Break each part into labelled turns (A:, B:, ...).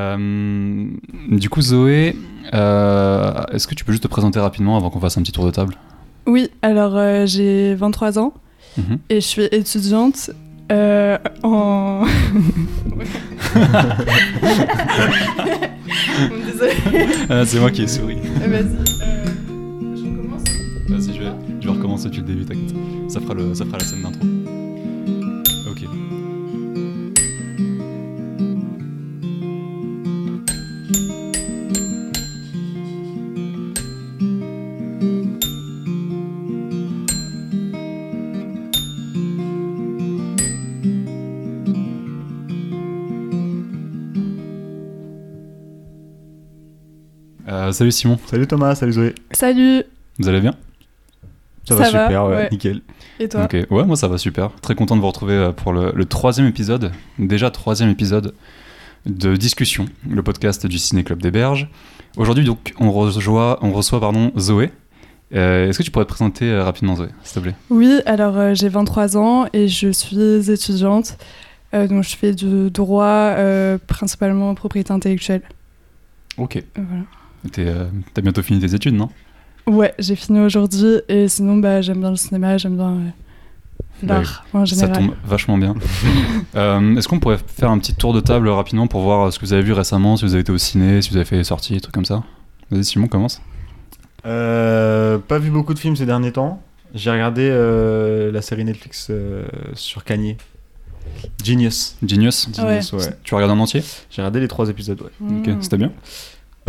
A: Euh, du coup, Zoé, euh, est-ce que tu peux juste te présenter rapidement avant qu'on fasse un petit tour de table
B: Oui, alors euh, j'ai 23 ans
A: Mhm.
B: et je suis étudiante euh, en. Désolée.
A: Ah, C'est moi qui ai souri.
B: Vas-y. euh, je recommence.
A: Vas-y, je vais, je vais recommencer depuis le début, t'inquiète. Ça fera, le, ça fera la scène d'intro. Ok. Euh, salut Simon,
C: Salut Thomas, salut Zoé.
B: Salut.
A: vous allez bien
B: Ça
C: Ça,
B: va,
C: va super, ouais,
B: ouais.
C: nickel.
B: Et toi
A: Ok, ouais, moi ça va super. Très content de vous retrouver euh, pour le, le troisième épisode, déjà troisième épisode de Discussion, le podcast du Ciné Club des Berges. Aujourd'hui, donc, on reçoit, on reçoit pardon, Zoé. Euh, Est-ce que tu pourrais te présenter euh, rapidement, Zoé, s'il te plaît
B: Oui, alors euh, j'ai 23 ans et je suis étudiante. Euh, donc je fais du droit, euh, principalement en propriété intellectuelle.
A: Ok.
B: Voilà.
A: T'es, euh, T'as bientôt fini tes études, non
B: Ouais, j'ai fini aujourd'hui et sinon bah, j'aime bien le cinéma, j'aime bien euh, l'art en
A: Ça
B: général.
A: tombe vachement bien. Euh, Est-ce qu'on pourrait faire un petit tour de table euh, rapidement pour voir euh, ce que vous avez vu récemment, si vous avez été au ciné, si vous avez fait des sorties, des trucs comme ça Vas-y, Simon, commence.
C: Euh, pas vu beaucoup de films ces derniers temps. J'ai regardé euh, la série Netflix euh, sur Kanye. Genius.
A: Genius,
C: Genius, ouais.
A: tu regardes en entier
C: J'ai regardé les trois épisodes, ouais.
A: Ok,
B: Mmh.
A: c'était bien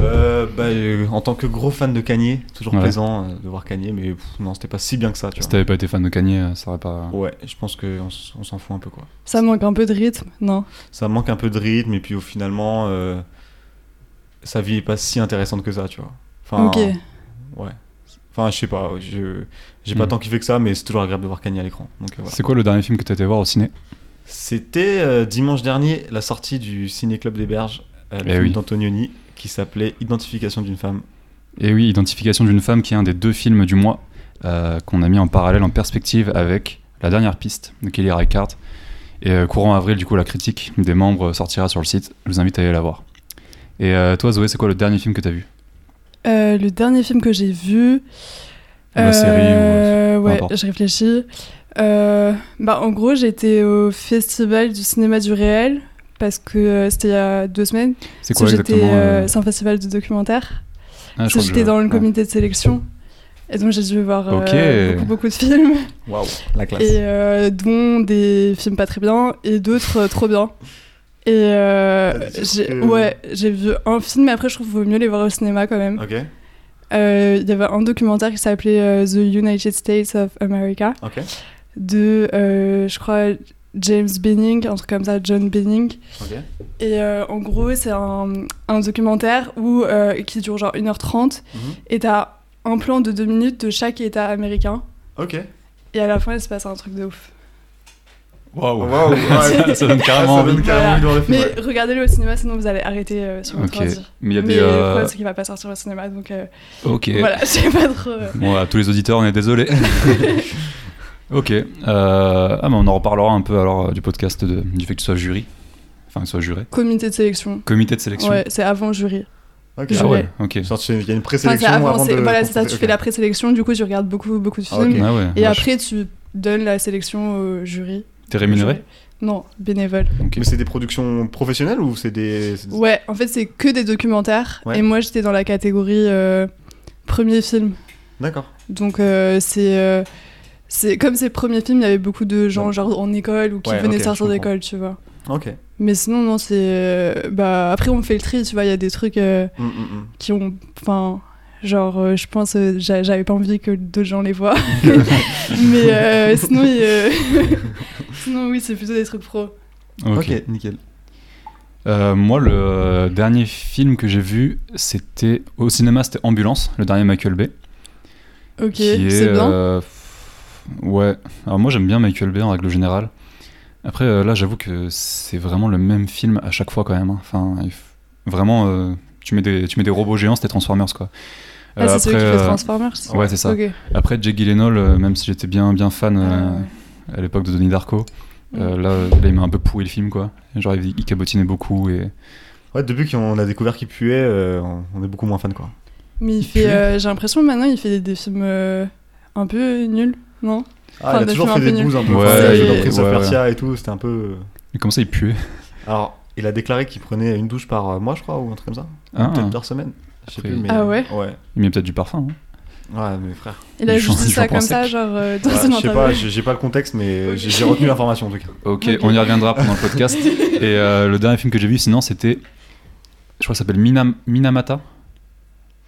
C: Euh, bah, euh, en tant que gros fan de Kanye, toujours
A: Ouais.
C: plaisant euh, de voir Kanye, mais pff, non, c'était pas si bien que ça, tu
A: Si
C: vois.
A: t'avais pas été fan de Kanye, euh, ça aurait pas.
C: Ouais, je pense qu'on on, s'en fout un peu, quoi.
B: Ça manque un peu de rythme, non
C: Ça manque un peu de rythme, et puis au finalement, euh, sa vie est pas si intéressante que ça, tu vois. Enfin,
B: Ok.
A: euh,
C: Ouais. Enfin, je sais pas, je j'ai pas
A: Hmm.
C: tant kiffé que ça, mais c'est toujours agréable de voir Kanye à l'écran. Donc euh, voilà.
A: C'est quoi le dernier film que t'étais voir au ciné
C: C'était euh, dimanche dernier la sortie du Ciné Club des Berges, euh, le
A: Eh
C: film
A: oui.
C: d'Antonioni qui s'appelait Identification d'une femme.
A: Et oui, Identification d'une femme, qui est un des deux films du mois euh, qu'on a mis en parallèle, en perspective avec La dernière piste de Kelly Reichardt. Et euh, courant avril, du coup, la critique des membres euh, sortira sur le site. Je vous invite à aller la voir. Et euh, toi, Zoé, c'est quoi le dernier film que t'as vu
B: Euh, le dernier film que j'ai vu.
A: La série
B: euh,
A: peu
B: Ouais,
A: importe.
B: je réfléchis. Euh, bah, en gros, j'étais au Festival du cinéma du réel parce que euh, c'était il y a deux semaines.
A: C'est
B: Parce
A: quoi
B: que
A: exactement
B: j'étais, euh,
A: euh,
B: C'est un festival de documentaire.
A: ah, je crois que
B: J'étais
A: je-
B: dans le
A: ouais.
B: comité de sélection. Et donc, j'ai dû voir euh,
A: Ok.
B: beaucoup, beaucoup de films,
C: Waouh, la classe.
B: et, euh, dont des films pas très bien et d'autres euh, trop bien. Et euh,
C: T'as dit
B: j'ai-
C: que-
B: ouais, j'ai vu un film, mais après, je trouve qu'il vaut mieux les voir au cinéma quand même.
C: Ok,
B: Euh, Il y avait un documentaire qui s'appelait euh, The United States of America
C: ok,
B: de, euh, je crois, James Benning, un truc comme ça, John Benning.
C: ok.
B: Et euh, en gros, c'est un, un documentaire où, euh, qui dure genre 1h30
C: Mhm.
B: et t'as un plan de 2 minutes de chaque État américain.
C: Ok.
B: Et à la fin, il se passe un truc de ouf.
A: Waouh
C: Waouh, ouais.
A: Ça donne carrément
C: Ah, ça
A: envie.
C: donne carrément envie de voir le film.
B: Mais
C: ouais.
B: regardez-le au cinéma, sinon vous allez arrêter euh, sur votre
A: Ok.
B: ordi.
A: Mais il y a
B: Mais
A: des.
B: le
A: euh,
B: problème, c'est qu'il va pas sortir au cinéma, donc euh,
A: Ok.
B: voilà, je sais pas trop. euh.
A: Bon, à tous les auditeurs, on est désolé. ok. euh, ah, mais on en reparlera un peu alors euh, du podcast de- du fait que tu sois jury. Enfin, que tu sois juré.
B: Comité de sélection.
A: Comité de sélection.
B: Ouais, c'est avant jury.
C: Ok.
B: Ah
A: Ah ouais,
B: ouais.
A: ok.
C: Genre, tu- Il y
B: Enfin,
C: a une
B: c'est
C: présélection
B: avant,
C: avant
B: c'est-
C: de.
B: voilà, c'est ça, tu
C: Ok.
B: fais la présélection, du coup tu regardes beaucoup, beaucoup de
C: Ah,
B: films,
C: ok.
A: Ah ouais.
B: et
A: ouais,
B: après tu donnes la sélection au jury.
A: je- T'es rémunéré
B: Non, bénévole.
A: Ok.
C: Mais c'est des productions professionnelles ou c'est des. c'est des-
B: Ouais, en fait c'est que des documentaires,
C: Ouais.
B: et moi j'étais dans la catégorie euh, premier film.
C: D'accord.
B: Donc euh, c'est... euh, c'est comme c'est premier film, il y avait beaucoup de gens
C: Ouais.
B: genre en école ou qui
C: Ouais,
B: venaient
C: ok, je
B: sortir
C: comprends.
B: d'école, tu vois.
C: Ok.
B: Mais sinon, non, c'est... euh, bah, après, on fait le tri, tu vois, il y a des trucs euh,
C: Mm, mm, mm.
B: qui ont... Enfin, genre, euh, je pense, euh, j'a- j'avais pas envie que d'autres gens les voient. Mais euh, sinon, il, euh, sinon, oui, c'est plutôt des trucs pro.
A: Ok.
C: ok, nickel.
A: Euh, moi, le euh, dernier film que j'ai vu, c'était au cinéma, c'était Ambulance, le dernier Michael Bay.
B: Ok,
A: qui est,
B: c'est bien.
A: euh, ouais. Alors moi j'aime bien Michael Bay en règle générale. Après euh, là j'avoue que c'est vraiment le même film à chaque fois quand même. hein. Enfin il f- vraiment euh, tu mets des tu mets des robots géants c'était Transformers quoi.
B: Ah,
A: Euh,
B: c'est celui qui
A: après,
B: fait
A: euh,
B: Transformers
A: ouais, c'est ça. Euh,
B: Ok.
A: Après Jake Gyllenhaal euh, même si j'étais bien bien fan
B: Ah,
A: euh, à l'époque de
B: Mm.
A: Donnie Darko, euh, là, euh, là, il m'a un peu pourri le film quoi. Genre il, il cabotinait beaucoup et
C: Ouais, depuis qu'on a découvert qu'il puait, euh, on- on est beaucoup moins fan, quoi.
B: Mais il
C: Puis-
B: fait, euh, j'ai l'impression maintenant, il fait des, des films euh, un peu nuls, non
C: Ah, il a
B: des films
C: toujours
B: bah, un
C: fait
B: peu
C: des
B: nuls.
C: bouses un peu.
A: Ouais,
C: Enfin,
B: il-
C: il a pris sa
A: ouais,
C: Persia et tout, c'était un peu. euh,
A: Mais comment ça, il puait
C: Alors, il a déclaré qu'il prenait une douche par euh, mois, je crois, ou un truc comme ça.
A: Ah.
C: Peut-être par semaine. Je sais
A: Après-
C: plus, mais.
B: Ah ouais
C: Ouais,
A: Il met peut-être du parfum. hein.
C: ouais mais frère.
B: Il a
A: Il
B: juste
A: change-
B: dit
A: il
B: ça
A: change
B: comme
A: en
B: ça,
A: sec.
B: genre euh, dans
C: Ouais,
B: une
C: je sais
B: interview.
C: pas, j'ai j'ai pas le contexte, mais j'ai j'ai retenu l'information en tout cas.
A: Ok,
B: Ok.
A: on y reviendra pendant le podcast. Et euh, le dernier film que j'ai vu, sinon, c'était. Je crois que ça s'appelle Minam- Minamata.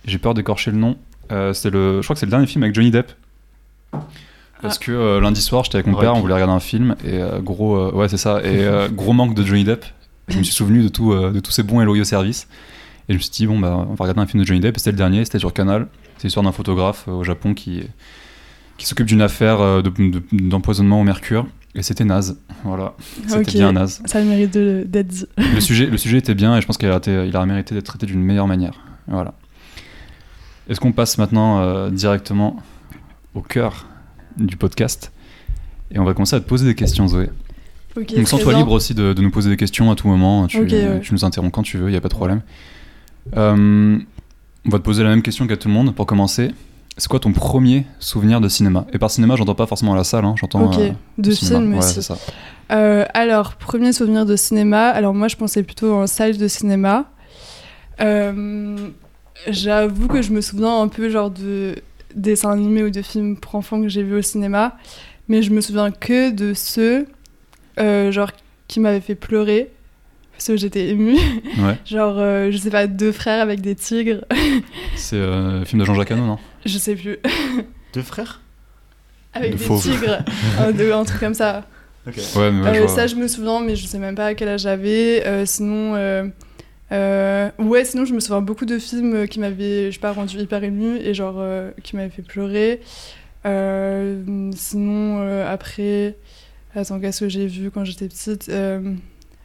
A: J'ai peur d'écorcher le nom. Euh, c'est le... Je crois que c'est le dernier film avec Johnny Depp. Parce que euh, lundi soir, j'étais avec mon
C: Ouais.
A: père, on voulait regarder un film. Et euh, gros. euh, ouais, c'est ça. Et euh, gros manque de Johnny Depp. Je me suis souvenu de, tout, euh, de tous ces bons et loyaux services. Et je me suis dit, bon, bah, on va regarder un film de Johnny Depp. Et C'était le dernier, c'était sur Canal. C'est l'histoire d'un photographe euh, au Japon qui, qui s'occupe d'une affaire euh, de- de- d'empoisonnement au mercure. Et c'était naze. Voilà. C'était
B: Ok.
A: bien naze.
B: Ça a le mérite de- d'être dit.
A: Le sujet, le sujet était bien et je pense qu'il a, été- il a mérité d'être traité d'une meilleure manière. Voilà. Est-ce qu'on passe maintenant euh, directement au cœur du podcast et on va commencer à te poser des questions, Zoé.
B: Ok,
A: Donc, sens-toi
B: très
A: libre aussi de, de nous poser des questions à tout moment. Tu,
B: Ok, ouais.
A: tu nous interromps quand tu veux, il n'y a pas de problème. Euh, on va te poser la même question qu'à tout le monde pour commencer. C'est quoi ton premier souvenir de cinéma Et par cinéma, j'entends pas forcément la salle, hein,
B: bien.
A: j'entends.
B: Ok,
A: euh,
B: de
A: le cinéma.
B: films
A: Ouais,
B: aussi.
A: c'est ça.
B: Euh, alors, premier souvenir de cinéma. Alors, moi, je pensais plutôt en salle de cinéma. Euh, J'avoue que je me souviens un peu, genre, de dessins animés ou de films pour enfants que j'ai vus au cinéma. Mais je me souviens que de ceux, euh, genre, qui m'avaient fait pleurer. Parce que j'étais émue.
A: Ouais.
B: Genre, euh, je sais pas, deux frères avec des tigres.
A: C'est euh, le film de Jean-Jacques Hano, non
B: Je sais plus.
C: Deux frères
B: Avec
A: De
B: des
A: fauves.
B: tigres. un, deux, un truc comme ça.
C: Ok.
A: Ouais, mais ouais, je
B: Euh,
A: vois.
B: ça, je me souviens, mais je sais même pas à quel âge j'avais. Euh, sinon, euh, euh, ouais, sinon, je me souviens beaucoup de films euh, qui m'avaient, je sais pas, rendu hyper émue et genre euh, qui m'avaient fait pleurer. Euh, sinon, euh, après, attends, qu'est-ce que j'ai vu quand j'étais petite Euh,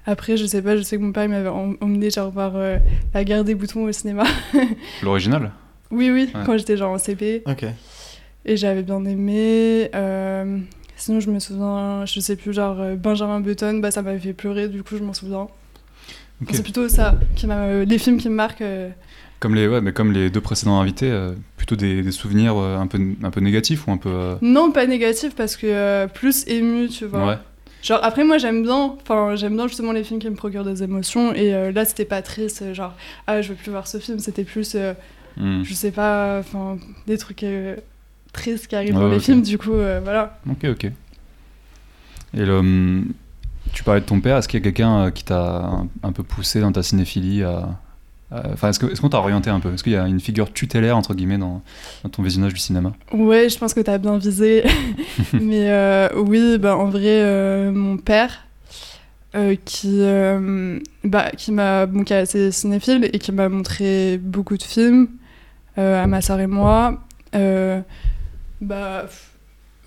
B: Après, je sais pas, je sais que mon père il m'avait em- emmené genre voir euh, La guerre des boutons au cinéma.
A: L'original
B: oui, oui,
A: Ouais.
B: quand j'étais genre en CP
C: Ok.
B: et j'avais bien aimé. Euh, sinon, je me souviens, je sais plus, genre euh, Benjamin Button, bah, ça m'avait fait pleurer, du coup, je m'en souviens.
A: Ok.
B: C'est plutôt ça, qui m'a, euh, les films qui me marquent. euh,
A: Comme les, ouais, mais comme les deux précédents invités, euh, plutôt des, des souvenirs euh, un, peu, un peu négatifs ou un peu. euh,
B: Non, pas négatif, parce que euh, plus ému, tu vois.
A: ouais.
B: Genre, après, moi, j'aime bien, enfin, j'aime bien justement les films qui me procurent des émotions, et euh, là, c'était pas triste, euh, genre, ah, je veux plus voir ce film, c'était plus, euh,
A: Hmm.
B: je sais pas, enfin, des trucs euh, tristes qui arrivent
A: Ouais,
B: dans les
A: ok.
B: films, du coup, euh, voilà.
A: Ok, ok. Et le, hum, tu parlais de ton père, est-ce qu'il y a quelqu'un euh, qui t'a un, un peu poussé dans ta cinéphilie à. à- Enfin, est-ce que- est-ce qu'on t'a orienté un peu Est-ce qu'il y a une figure tutélaire, entre guillemets, dans, dans ton visionnage du cinéma
B: Ouais, je pense que t'as bien visé. Mais euh, oui, bah, en vrai, euh, mon père, euh, qui, euh, bah, qui m'a bon, qui est assez cinéphile et qui m'a montré beaucoup de films euh, à ma sœur et moi, euh, bah,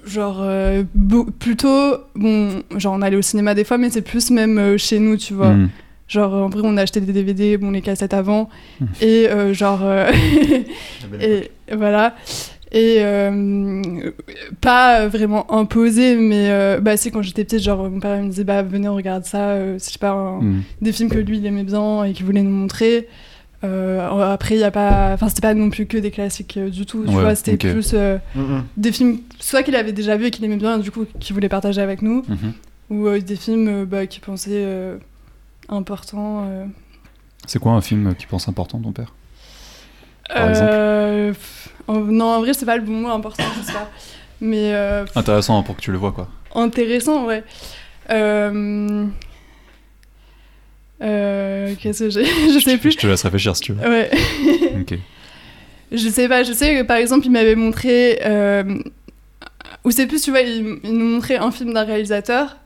B: f- genre euh, beau- plutôt, bon, genre on allait au cinéma des fois, mais c'est plus même euh, chez nous, tu vois.
A: Hmm.
B: Genre en vrai, on achetait des DVD, bon, les cassettes avant, et euh, genre. euh, et voilà. Et euh, pas vraiment imposé, mais euh, bah, c'est quand j'étais petite, genre mon père il me disait bah venez on regarde ça, euh, c'est, je sais pas un-
A: Hmm.
B: des films que lui il aimait bien et qu'il voulait nous montrer. Euh, après il y a pas, enfin c'était pas non plus que des classiques euh, du tout, tu
A: Ouais,
B: vois, c'était
A: ok.
B: plus euh,
C: Mm, mm.
B: des films soit qu'il avait déjà vu et qu'il aimait bien, et du coup qu'il voulait partager avec nous,
A: Mhm.
B: ou euh, des films euh, bah, qu'il pensait euh, importants. euh,
A: C'est quoi un film euh, qui pense important, ton père Par exemple
B: Euh, pff, en- non, en vrai, c'est pas le bon mot important, je sais pas. Mais euh, pff,
A: Intéressant hein, pour que tu le vois, quoi.
B: intéressant, ouais. Euh, euh, Qu'est-ce que j'ai Je sais plus.
A: Je te laisse réfléchir si tu veux.
B: Ouais.
A: Ok.
B: Je sais pas, je sais que par exemple, il m'avait montré. euh, ou c'est plus, tu vois, il, il nous montrait un film d'un réalisateur.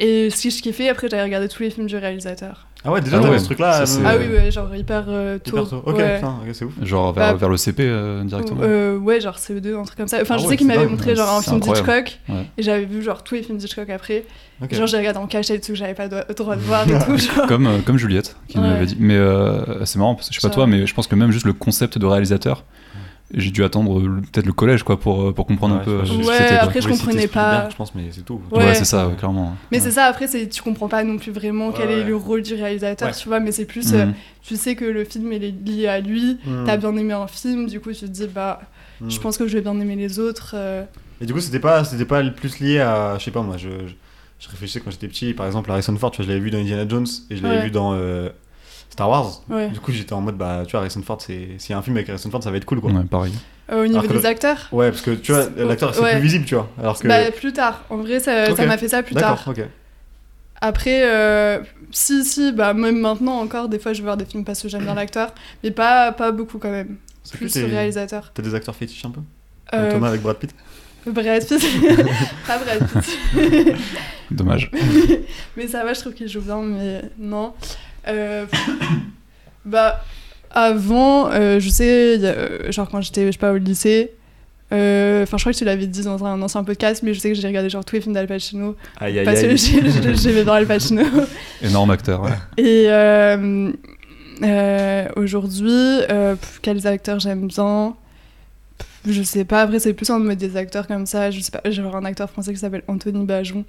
B: Et si je kiffais, après, j'avais regardé tous les films du réalisateur.
C: Ah ouais, déjà
A: Ah
C: t'avais
A: ouais,
C: ce truc là.
A: ça, c'est-
B: Ah
A: Euh,
B: oui, ouais, genre hyper euh, tôt.
C: Hyper tôt. Ok,
B: Ouais.
C: putain, ok, c'est ouf.
A: Genre vers,
B: Bah,
A: vers le CP euh, directement
B: Euh, ouais, genre CE2, un truc comme ça. Enfin,
C: Ah
B: je
C: ouais,
B: sais qu'il
C: c'est
B: m'avait
C: dingue.
B: montré genre un
A: C'est
B: film
A: incroyable.
B: d'Hitchcock
A: Ouais.
B: et j'avais vu genre tous les films d'Hitchcock après.
C: Ok.
B: Genre, j'ai regardé en cachette tout, j'avais pas le droit, le droit de voir et tout. Genre.
A: comme, euh, comme Juliette qui nous
B: Ouais.
A: l'avait dit. Mais euh, c'est marrant parce que je sais pas
B: Ça-
A: toi, mais je pense que même juste le concept de réalisateur, j'ai dû attendre le- peut-être le collège quoi pour, euh, pour comprendre un
C: Ouais,
A: peu
C: je-
A: euh, ce que
B: Ouais,
A: c'était, quoi.
B: après, je
C: Oui, si
B: comprenais
C: t'expliques
B: pas.
C: bien, je pense, mais c'est tout.
A: Ouais,
B: Ouais.
A: c'est ça, ouais, clairement.
B: Mais
A: Ouais.
B: c'est ça, après, c'est- tu comprends pas non plus vraiment
C: Ouais,
B: quel est
C: ouais.
B: le rôle du réalisateur,
C: Ouais.
B: tu vois, mais c'est plus, euh,
A: Mhm.
B: tu sais que le film il est lié à lui,
C: Mm.
B: t'as bien aimé un film, du coup, tu te dis, bah,
C: Mm.
B: je pense que je vais bien aimer les autres. euh,
C: Et du coup, c'était pas, c'était pas le plus lié à, je sais pas moi, je, je, je réfléchissais quand j'étais petit, par exemple Harrison Ford, tu vois, je l'avais vu dans Indiana Jones et je l'avais
B: Ouais.
C: vu dans euh, Star Wars.
B: ouais.
C: Du coup, j'étais en mode, bah, tu vois, Harrison Ford, c'est, s'il y a un film avec Harrison Ford, ça va être cool, quoi. Ouais,
A: Mmh. Ouais, pareil.
B: Euh, au niveau
C: que
B: des
C: le-
B: acteurs
C: parce que tu vois,
B: C'est-
C: l'acteur, c'est
B: ouais.
C: plus visible, tu vois. Alors que.
B: Bah, plus tard. En vrai, ça ça
C: Ok.
B: m'a fait ça plus
C: D'accord,
B: tard.
C: ok.
B: Après, euh, si, si, bah, même maintenant encore, des fois, je vais voir des films parce que j'aime bien l'acteur, mais pas, pas beaucoup quand même.
C: C'est
B: Plus
C: tes-
B: le réalisateur.
C: T'as des acteurs fétiches un peu Comme
B: Euh,
C: Thomas avec Brad Pitt
B: Brad Pitt. pas Brad Pitt.
A: Dommage.
B: mais ça va, je trouve qu'il joue bien, mais non. Euh, bah, avant, euh, je sais, il y a, euh, genre quand j'étais, je sais pas, au lycée, euh, enfin, je crois que tu l'avais dit dans un ancien podcast, mais je sais que j'ai regardé genre tous les films d'Al Pacino,
C: Aïe, aïe,
B: parce que
C: aïe.
B: j'ai- j'aimais bien Al Pacino.
A: Énorme acteur, ouais.
B: Et euh, euh, aujourd'hui, euh, pff, quels acteurs j'aime bien Pff, Je sais pas, après c'est plus en mode des acteurs comme ça, je sais pas, j'ai un acteur français qui s'appelle Anthony Bajon,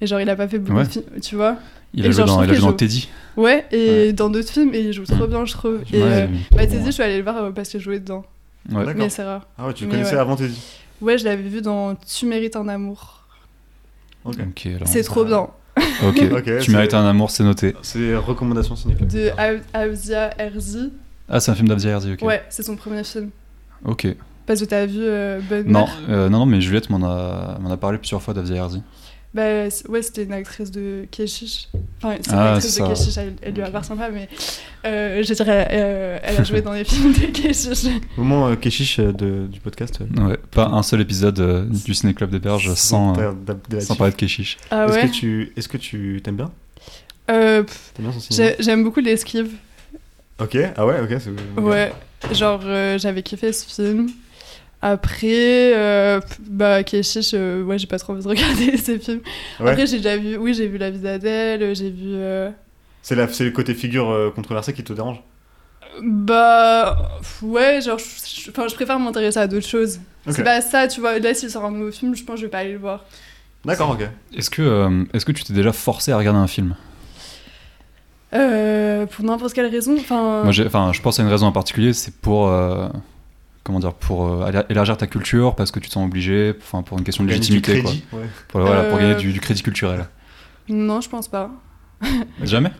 B: et genre il a pas fait beaucoup
A: Ouais.
B: de films, tu vois
A: Il
B: Et
A: a joué
B: genre, je
A: dans,
B: trouve
A: il a
B: qu'il
A: joué dans
B: joue.
A: Teddy.
B: Ouais, et dans d'autres films, et il joue trop bien, je trouve. Et, euh,
A: Ouais,
B: bah,
A: il-
B: Teddy, je suis allée le voir euh, parce qu'il jouait dedans,
A: ouais.
C: D'accord.
B: mais c'est rare.
C: Ah ouais, tu le
B: Mais
C: connaissais
B: ouais.
C: avant, t'es dit.
B: Ouais, je l'avais vu dans Tu mérites un amour.
C: Ok.
A: Ok, alors.
B: C'est trop bien.
A: Ok.
C: Ok, c'est-
A: tu mérites un amour, c'est noté.
C: C'est recommandation cinéphiles.
B: De Auzia Herzi.
A: Ah, c'est un film d'Abdia Herzi, ok.
B: Ouais, c'est son premier film.
A: Ok.
B: Parce que t'as vu euh, Bonne
A: Non,
B: Mère.
A: euh, non, non, mais Juliette m'en a, m'en a parlé plusieurs fois d'Abdia Herzi.
B: Bah, c- ouais, c'était une actrice de Keshish. Enfin, c'est
A: Ah,
B: une actrice
A: ça.
B: de Keshish, elle, elle lui appartient pas, mais euh, je dirais, euh, elle a joué dans les films de Keshish.
C: Moment euh, Keshish euh, de- du podcast. euh,
A: Ouais, pas un seul épisode euh, du Ciné Club des Berges sans, euh,
C: t'as- t'as- t'as-
A: sans parler de Keshish.
B: Ah
C: Est-ce
B: ouais
C: que tu est-ce que tu t'aimes bien
B: Euh, pff,
C: T'aimes bien son cinéma
B: j'ai- J'aime beaucoup l'esquive.
C: Ok, ah ouais, ok. c'est- ok.
B: Ouais, genre, euh, j'avais kiffé ce film. Après, euh, pff, bah, Keshish, euh, ouais, j'ai pas trop envie de regarder ces films.
C: Ouais.
B: Après, j'ai déjà vu, oui, j'ai vu La vie d'Adèle, j'ai vu. euh,
C: C'est la- c'est le côté figure euh, controversée qui te dérange
B: Bah pff, ouais, genre, je, je- enfin, je préfère m'intéresser à d'autres choses.
C: Ok.
B: C'est pas ça, tu vois. Là, s'il sort un nouveau film, je pense que je vais pas aller le voir.
C: D'accord, ok.
A: Est-ce que, euh, est-ce que tu t'es déjà forcé à regarder un film
B: Euh, pour n'importe quelle raison, enfin.
A: Moi, j'ai- enfin, je pense à une raison en particulier, c'est pour, euh, comment dire, pour euh, aller- élargir ta culture, parce que tu te sens obligé, enfin, pour une question de
C: Gagner du
A: légitimité, quoi.
C: crédit, ouais.
A: Pour, voilà, pour gagner
B: Euh,
A: du, du crédit culturel.
B: Non, je pense pas.
A: Jamais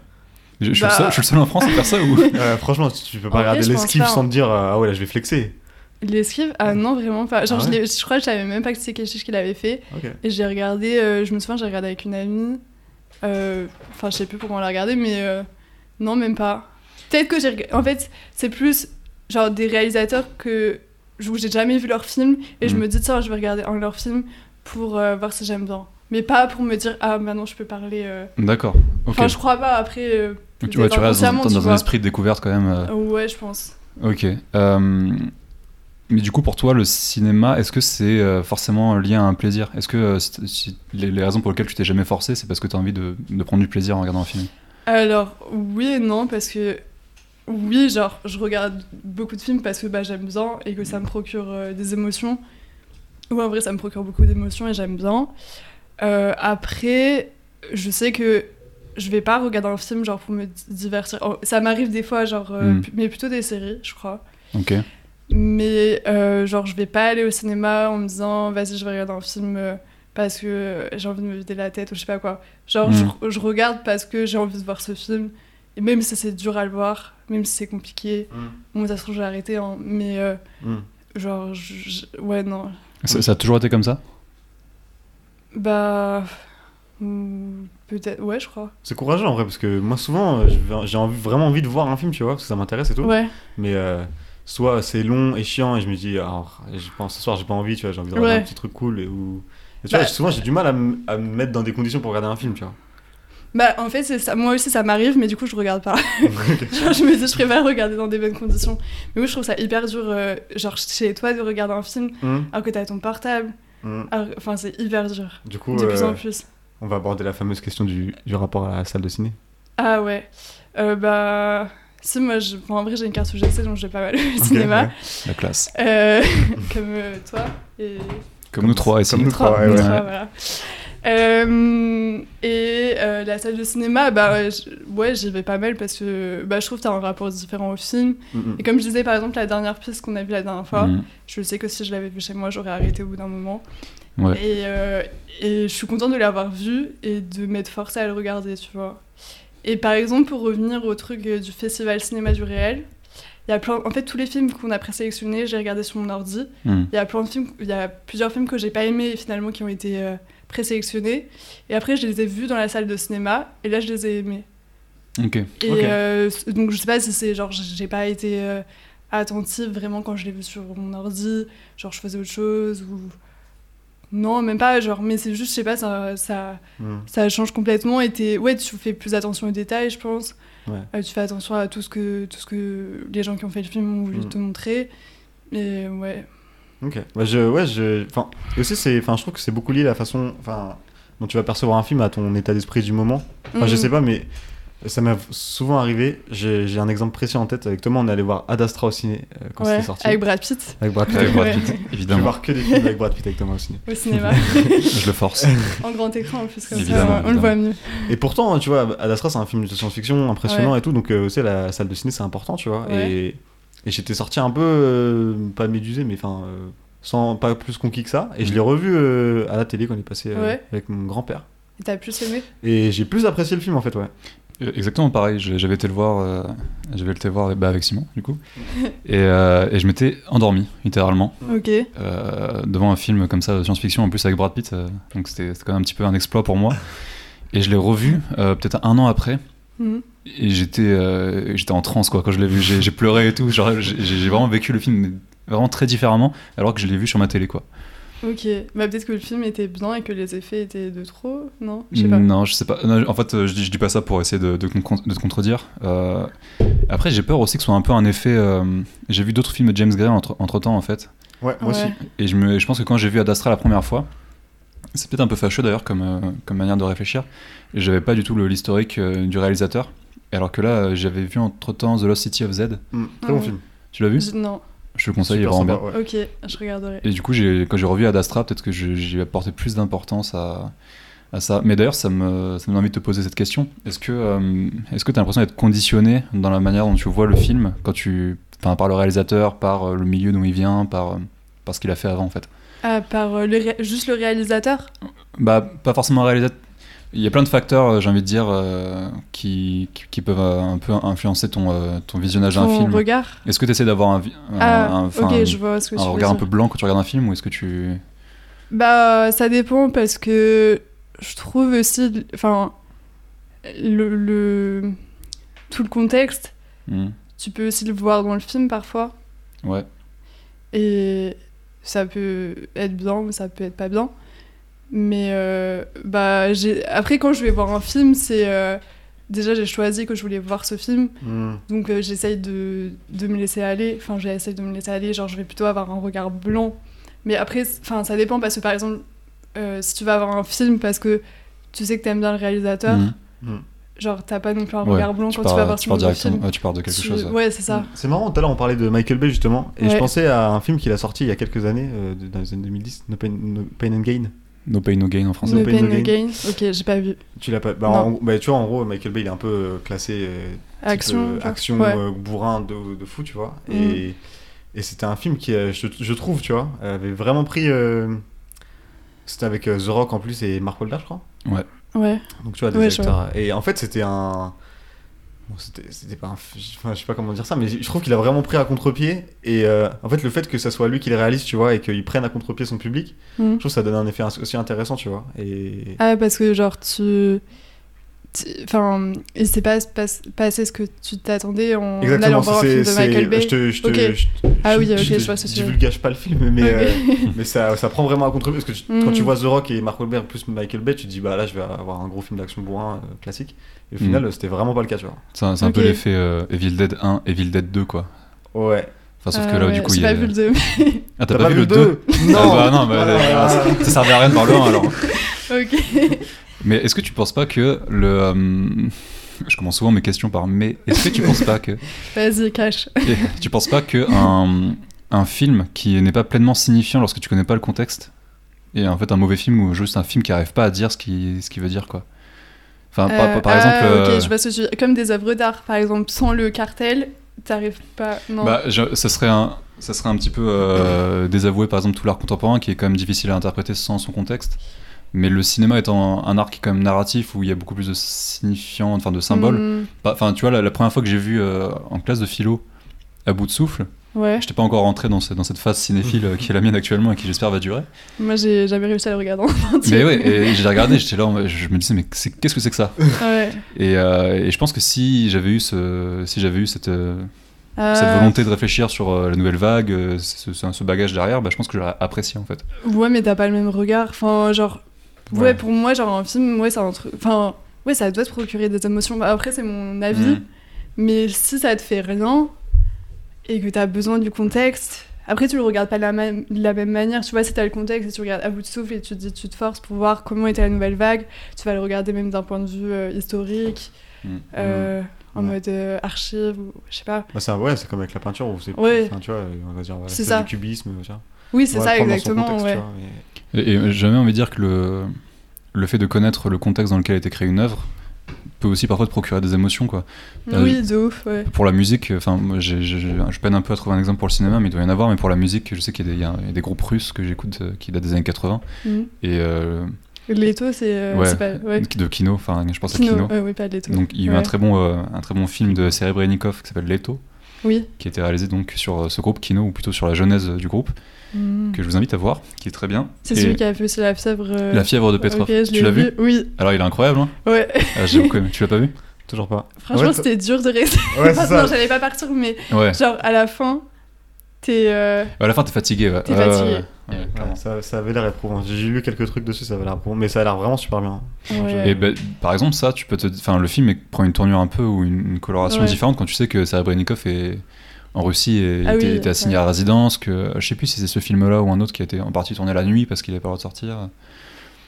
A: je, je suis le
B: Bah.
A: seul, je suis le seul en France à faire ça ou
C: Euh, franchement, tu tu peux
B: En
C: pas
B: vrai,
C: regarder
B: je pense
C: l'esquive
B: pas,
C: sans
B: hein.
C: te dire euh, ah ouais là je vais flexer.
B: L'esquive, ah non, vraiment pas. Genre,
C: Ah
B: je
C: ouais
B: l'ai- je, crois que je savais même pas que c'était Keshish qui l'avait fait.
C: Ok.
B: Et j'ai regardé, euh, je me souviens, j'ai regardé avec une amie. Euh, Enfin, je sais plus pourquoi on l'a regardé, mais euh, non, même pas. Peut-être que j'ai. reg- En fait, c'est plus genre des réalisateurs que où j'ai jamais vu leur film et je
A: Mhm.
B: me dis tiens, je vais regarder un de leurs films pour euh, voir si j'aime bien. Mais pas pour me dire ah maintenant je peux parler. euh.
A: D'accord. Ok.
B: Enfin, je crois pas après. euh,
A: Donc, tu,
B: peut-être
A: ouais, tu restes dans,
B: inconsciemment,
A: dans
B: tu
A: un
B: vois.
A: esprit de découverte quand même. euh,
B: Euh, Ouais, je pense.
A: Ok. Euh, mais du coup, pour toi, le cinéma, est-ce que c'est euh, forcément lié à un plaisir Est-ce que euh, si- si- les, les raisons pour lesquelles tu t'es jamais forcé, c'est parce que tu as envie de, de prendre du plaisir en regardant un film
B: Alors, oui et non, parce que. Oui, genre, je regarde beaucoup de films parce que bah, j'aime bien et que ça me procure euh, des émotions. Ou en vrai, ça me procure beaucoup d'émotions et j'aime bien. Euh, après, je sais que je vais pas regarder un film genre pour me di- divertir. Oh, ça m'arrive des fois, genre, euh,
A: Mm.
B: pu- mais plutôt des séries, je crois.
A: Ok.
B: Mais euh, genre, je vais pas aller au cinéma en me disant, vas-y, je vais regarder un film euh, parce que euh, j'ai envie de me vider la tête ou je sais pas quoi. Genre,
A: Mm.
B: je, je regarde parce que j'ai envie de voir ce film. Et même si c'est dur à le voir, même si c'est compliqué, bon, ça se trouve, j'ai arrêté, hein, mais euh,
C: Mm.
B: genre, je- je- ouais, non.
A: Ça, ça a toujours été comme ça
B: Bah. hmm, Peut-être, ouais, je crois.
C: C'est courageux en vrai parce que moi souvent euh, je vais- j'ai envie- vraiment envie de voir un film tu vois parce que ça m'intéresse et tout.
B: Ouais,
C: Mais euh, soit c'est long et chiant et je me dis alors je pense ce soir j'ai pas envie tu vois j'ai envie de regarder
B: Ouais.
C: un petit truc cool et ou et tu
B: Bah,
C: vois souvent j'ai du mal à, me- à me mettre dans des conditions pour regarder un film tu vois.
B: bah en fait, c'est ça. moi aussi ça m'arrive, mais du coup je regarde pas. Genre, je me dis, je préfère regarder dans des bonnes conditions. Mais oui, je trouve ça hyper dur, euh, genre chez toi, de regarder un film
C: Mm,
B: alors que t'as ton portable.
C: mm.
B: Alors, Enfin, c'est hyper dur.
C: Du coup
B: de plus
C: euh,
B: en plus.
C: on va aborder la fameuse question du, du rapport à la salle de ciné.
B: Ah ouais. Euh, bah, Si, moi, je... bon, en vrai, j'ai une carte UGC, donc je vais pas mal au cinéma.
A: La classe.
B: Euh, comme euh, toi. Et...
A: Comme, nous trois ici.
C: comme nous
B: Trois,
C: trois, ouais,
B: nous
C: ouais.
B: trois, voilà. Euh, et euh, la salle de cinéma, bah je- ouais, j'y vais pas mal parce que bah, je trouve que t'as un rapport différent au film.
C: Mm, mm.
B: Et comme je disais par exemple la dernière pièce qu'on a vue la dernière fois,
A: Mhm.
B: je sais que si je l'avais vue chez moi, j'aurais arrêté au bout d'un moment.
A: Ouais.
B: Et, euh, et je suis contente de l'avoir vue et de m'être forcée à le regarder, tu vois. Et par exemple, pour revenir au truc euh, du festival cinéma du réel, il y a plein, en fait tous les films qu'on a présélectionnés, j'ai regardé sur mon ordi.
C: Mmh.
A: Mhm.
B: Il y a plein de films, il y a plusieurs films que j'ai pas aimés et finalement qui ont été euh, présélectionnés. Et après, je les ai vus dans la salle de cinéma et là, je les ai aimés.
A: Mmh. Ok.
B: Et
C: Ok.
B: euh, c- donc, je sais pas si c'est genre, j'ai pas été euh, attentive vraiment quand je l'ai vu sur mon ordi, genre je faisais autre chose ou. Non, même pas, genre, mais c'est juste, je sais pas, ça, ça,
C: Mm.
B: ça change complètement et t'es- ouais, tu fais plus attention aux détails, je pense.
C: Ouais.
B: Euh, tu fais attention à tout ce, que, tout ce que les gens qui ont fait le film ont voulu
C: Mm.
B: te montrer. Et ouais.
C: Ok. Bah, je, ouais, je. Enfin, et aussi, c'est. Enfin, je trouve que c'est beaucoup lié à la façon. Enfin, dont tu vas percevoir un film à ton état d'esprit du moment. Enfin, je
B: Mm.
C: sais pas, mais ça m'est souvent arrivé. J'ai j'ai un exemple précis en tête. Avec Thomas, on est allé voir Ad Astra au ciné euh, quand
B: Ouais,
C: c'était sorti.
B: Avec Brad Pitt
C: Avec Brad Pitt.
A: Avec Brad
B: Ouais.
A: Pitt,
C: Je vais
A: évidemment.
C: voir que des films avec Brad Pitt avec Thomas au ciné.
B: au cinéma,
A: Je le force.
B: en grand écran en plus comme
A: Évidemment,
B: ça, on le voit mieux.
C: Et pourtant, tu vois, Ad Astra, c'est un film de science-fiction impressionnant et tout. Donc, euh, aussi, la salle de ciné, c'est important, tu vois.
B: Ouais.
C: Et, et j'étais sorti un peu, euh, pas médusé, mais enfin, euh, sans pas plus conquis que ça.
A: Mm.
C: Et je l'ai revu euh, à la télé quand il est passé euh,
B: Ouais.
C: avec mon grand-père.
B: Et T'as plus aimé
C: Et j'ai plus apprécié le film, en fait, ouais.
A: Euh, Exactement pareil, je- j'avais été le voir, euh, j'avais été le voir bah, avec Simon du coup, et, euh, et je m'étais endormi littéralement
B: Ok.
A: euh, devant un film comme ça de science-fiction en plus avec Brad Pitt, euh, donc c'était c'était quand même un petit peu un exploit pour moi. Et je l'ai revu euh, peut-être un an après
B: Mhm.
A: et j'étais euh, j'étais en transe quoi quand je l'ai vu, j'ai j'ai pleuré et tout, genre, j'ai j'ai vraiment vécu le film mais vraiment très différemment alors que je l'ai vu sur ma télé quoi.
B: Ok. Bah peut-être que le film était bien et que les effets étaient de trop, non Je sais pas.
A: Non, je sais pas. Non, en fait, euh, je dis, je dis pas ça pour essayer de, de, con- de te contredire. Euh, après, j'ai peur aussi que ce soit un peu un effet. euh, j'ai vu d'autres films de James Gray entre, temps, en fait.
C: Ouais, moi
B: Ouais.
C: aussi.
A: Et je, me, je pense que quand j'ai vu Ad Astra la première fois, c'est peut-être un peu fâcheux d'ailleurs comme, euh, comme manière de réfléchir. Et J'avais pas du tout le- l'historique euh, du réalisateur. Alors que là, euh, j'avais vu entre temps The Lost City of Z.
C: Mm, très
B: Ah
C: bon
B: ouais.
C: film.
A: Tu l'as vu
B: Je- Non.
A: Je te le conseille, il est
C: Super
A: vraiment bien.
C: sympa, ouais.
B: Ok, je regarderai.
A: Et du coup, j'ai- quand j'ai revu Ad Astra, peut-être que je- j'ai apporté plus d'importance à, à ça. Mais d'ailleurs, ça me, ça me donne envie de te poser cette question. Est-ce que euh, est-ce que tu as l'impression d'être conditionné dans la manière dont tu vois le film, quand tu, enfin, par le réalisateur, par euh, le milieu d'où il vient, par, euh, par ce qu'il a fait avant, en fait
B: Ah, par euh, le ré- juste le réalisateur
A: Bah, pas forcément un réalisateur. Il y a plein de facteurs, euh, j'ai envie de dire, euh, qui, qui, qui peuvent euh, un peu influencer ton, euh, ton visionnage d'un
B: Ton
A: film.
B: regard
A: Est-ce que tu essaies d'avoir un, vi- un-
B: Ah,
A: un- enfin,
B: ok, je vois ce que
A: un
B: tu veux
A: regard un
B: dire.
A: peu blanc quand tu regardes un film, ou est-ce que tu...
B: Bah, ça dépend parce que je trouve aussi, enfin, le, le tout le contexte,
A: Hmm,
B: tu peux aussi le voir dans le film parfois.
A: Ouais.
B: Et ça peut être bien ou ça peut être pas bien. Mais euh, bah, j'ai- après, quand je vais voir un film, c'est. euh, Déjà, j'ai choisi que je voulais voir ce film,
C: Mm.
B: donc euh, j'essaye de, de me laisser aller. Enfin, j'essaye de me laisser aller, genre je vais plutôt avoir un regard blanc. Mais après, c- enfin, ça dépend parce que par exemple, euh, si tu vas voir un film parce que tu sais que t'aimes bien le réalisateur,
A: Mhm.
B: genre t'as pas non plus un
A: Ouais,
B: regard blanc quand tu vas voir
A: tu
B: ce
A: pars
B: genre de
A: directement,
B: film.
A: ouais, Mhm. tu pars de quelque
B: Tu-
A: chose.
B: Ouais, c'est ça.
C: Mm. C'est marrant, tout à l'heure on parlait de Michael Bay justement, et je
B: Ouais.
C: pensais à un film qu'il a sorti il y a quelques années, euh, de- dans les années 2010, No Pain, No Pain and Gain.
A: No pain, no gain en français.
B: No
C: Pain,
B: Pain,
C: No
B: No Gain. Ok, j'ai pas vu.
C: Tu l'as pas. Bah,
B: Non.
C: en gros- bah, tu vois, en gros, Michael Bay il est un peu euh, classé euh, type,
B: Action.
C: euh,
B: genre.
C: action,
B: Ouais.
C: euh, bourrin de, de fou, tu vois.
B: Mm.
C: Et, et c'était un film qui, euh, je, je trouve, tu vois, avait vraiment pris. euh, c'était avec euh, The Rock en plus et Mark Wahlberg, je crois.
B: ouais.
C: Donc tu vois, des
B: Ouais, je
C: acteurs. Et en fait, c'était un. Bon, c'était c'était pas un. enfin, je sais pas comment dire ça, mais je trouve qu'il a vraiment pris à contre-pied. Et euh, en fait, le fait que ça soit lui qui le réalise, tu vois, et qu'il prenne à contre-pied son public,
B: Mhm.
C: je trouve que ça donne un effet aussi intéressant, tu vois. Et.
B: Ah, parce que genre tu. tu- Enfin, il s'est pas pas- passé ce que tu t'attendais Ah, en allant
C: Exactement,
B: voir un
C: c'est.
B: film de Michael
C: c'est-
B: Bay.
C: Je te. Je te
B: Ok.
C: je-
B: Ah oui,
C: je-
B: ok,
C: je, te-
B: je vois ce que tu veux dire.
C: divulgage pas le film, mais.
B: Ok.
C: euh, mais ça, ça prend vraiment à contre-pied. Parce que tu-
B: Mhm.
C: quand tu vois The Rock et Mark Wahlberg plus Michael Bay, tu te dis, bah là, je vais avoir un gros film d'action bourrin euh, classique. Et au
A: Mhm.
C: final, euh, c'était vraiment pas le cas, tu vois.
A: C'est un, c'est un peu
B: Ok.
A: l'effet euh, Evil Dead 1, Evil Dead 2, quoi.
C: Ouais.
A: Enfin, sauf que
B: Ah
A: là,
B: ouais,
A: du coup,
B: J'ai
A: il y
B: pas
A: a-
B: vu le deux.
A: Ah, t'as pas, vu le 2
C: Non
A: Ah, bah, non, bah,
C: Voilà.
A: euh, ça, ça servait à rien de voir le 1 alors.
B: ok.
A: Mais est-ce que tu penses pas que le. euh, Je commence souvent mes questions par mais est-ce que tu penses pas que
B: Vas-y, cache.
A: Et tu penses pas que un, un film qui n'est pas pleinement signifiant lorsque tu connais pas le contexte est en fait un mauvais film ou juste un film qui arrive pas à dire ce qu'il ce qui veut dire quoi Enfin, par,
B: Euh,
A: par
B: ah,
A: exemple, euh,
B: ok, je vois ce que tu veux dire. Comme des œuvres d'art, par exemple, sans le cartel, t'arrives pas. Non.
A: bah, je- ça serait un ça serait un petit peu euh, désavouer par exemple tout l'art contemporain qui est quand même difficile à interpréter sans son contexte. Mais le cinéma étant un art qui est quand même narratif où il y a beaucoup plus de signifiants, enfin de symboles.
B: Hmm,
A: Pas- Enfin, tu vois, la, la première fois que j'ai vu euh, en classe de philo à bout de souffle,
B: ouais.
A: j'étais pas encore rentré dans, ce- dans cette phase cinéphile euh, qui est la mienne actuellement et qui j'espère va durer.
B: Moi, j'ai jamais réussi à le regarder. en entier.
A: Mais ouais, et j'ai regardé, j'étais là, en mode- je me disais, mais c'est- qu'est-ce que c'est que ça
B: Ouais.
A: et, euh, et je pense que si j'avais eu, ce, si j'avais eu cette, euh, cette
B: Euh,
A: volonté de réfléchir sur euh, la nouvelle vague, euh, ce, ce- ce bagage derrière, bah, je pense que j'aurais apprécié en fait.
B: Ouais, mais t'as pas le même regard. Enfin, genre. Ouais,
A: Ouais.
B: pour moi, genre, un film, ouais, c'est un truc. Enfin, ouais, ça doit te procurer des émotions. Bah, Après, c'est mon avis.
A: Mhm.
B: Mais si ça te fait rien et que t'as besoin du contexte. Après, tu le regardes pas de la, même- de la même manière. Tu vois, si t'as le contexte et tu regardes à bout de souffle et tu te dis, tu te forces pour voir comment était la nouvelle vague, tu vas le regarder même d'un point de vue euh, historique,
A: Mm.
B: euh, en
C: Ouais.
B: mode euh, archive, ou je sais pas.
C: Bah, c'est un- ouais, c'est comme avec la peinture où c'est
B: Ouais.
C: enfin, tu vois, euh, on va dire voilà,
B: C'est
C: c'est
B: ça.
C: du cubisme, tu vois.
B: Oui, c'est
C: On va
B: ça,
C: le prendre dans son
B: exactement.
C: contexte, tu
B: ouais.
C: vois, mais-
A: Et, et j'ai jamais envie de dire que le, le fait de connaître le contexte dans lequel a été créée une œuvre peut aussi parfois te procurer des émotions quoi. vois.
B: Oui, de ouf, ouais.
A: Pour la musique, euh, enfin, moi, j'ai- j'ai- j'ai- je peine un peu à trouver un exemple pour le cinéma, mais il doit y en avoir. Mais pour la musique, je sais qu'il y, a des- il y a il y a des groupes russes que j'écoute euh, qui datent des années 80
B: Mhm.
A: et euh,
B: L'étau, c'est euh,
A: Ouais.
B: c'est pas. Ouais.
A: de Kino, enfin, je pense à
B: Kino,
A: Kino.
B: euh, oui, pas l'étau.
A: Donc il y a eu
B: Ouais.
A: un, très bon, euh, un très bon film de Serebrennikov qui s'appelle Leto,
B: Oui.
A: qui a été réalisé donc sur euh, ce groupe Kino, ou plutôt sur la genèse euh, du groupe, que je vous invite à voir, qui est très bien.
B: C'est
A: Et
B: celui qui a fait aussi la fièvre. euh,
A: La fièvre de Petrov,
B: ok, je l'ai
A: tu l'as vu,
B: Oui,
A: Alors il est incroyable, hein
B: ouais.
A: Ah, j'ai beaucoup aimé. Tu l'as pas vu
C: Toujours pas.
B: Franchement,
C: Ouais, t-
B: c'était dur de rester.
C: Ouais, c'est
B: non,
C: ça.
B: j'allais pas partir, mais
A: Ouais.
B: genre à la fin, t'es. euh,
A: À la fin, t'es fatigué. Ouais.
B: T'es
A: Ouais, ouais,
B: fatigué.
A: ouais, ouais,
C: Ouais,
A: clairement.
C: ça, ça avait l'air éprouvant. J'ai lu quelques trucs dessus, ça avait l'air éprouvant, mais ça a l'air vraiment super bien.
B: ouais.
A: Et ben, par exemple, ça, tu peux te. Enfin, le film il prend une tournure un peu ou une, une coloration
B: Ouais.
A: différente quand tu sais que Serebrennikov est en Russie et
B: Ah
A: était,
B: oui,
A: était assigné à résidence. Que je sais plus si c'est ce film-là ou un autre qui a été en partie tourné la nuit parce qu'il avait pas le droit de sortir.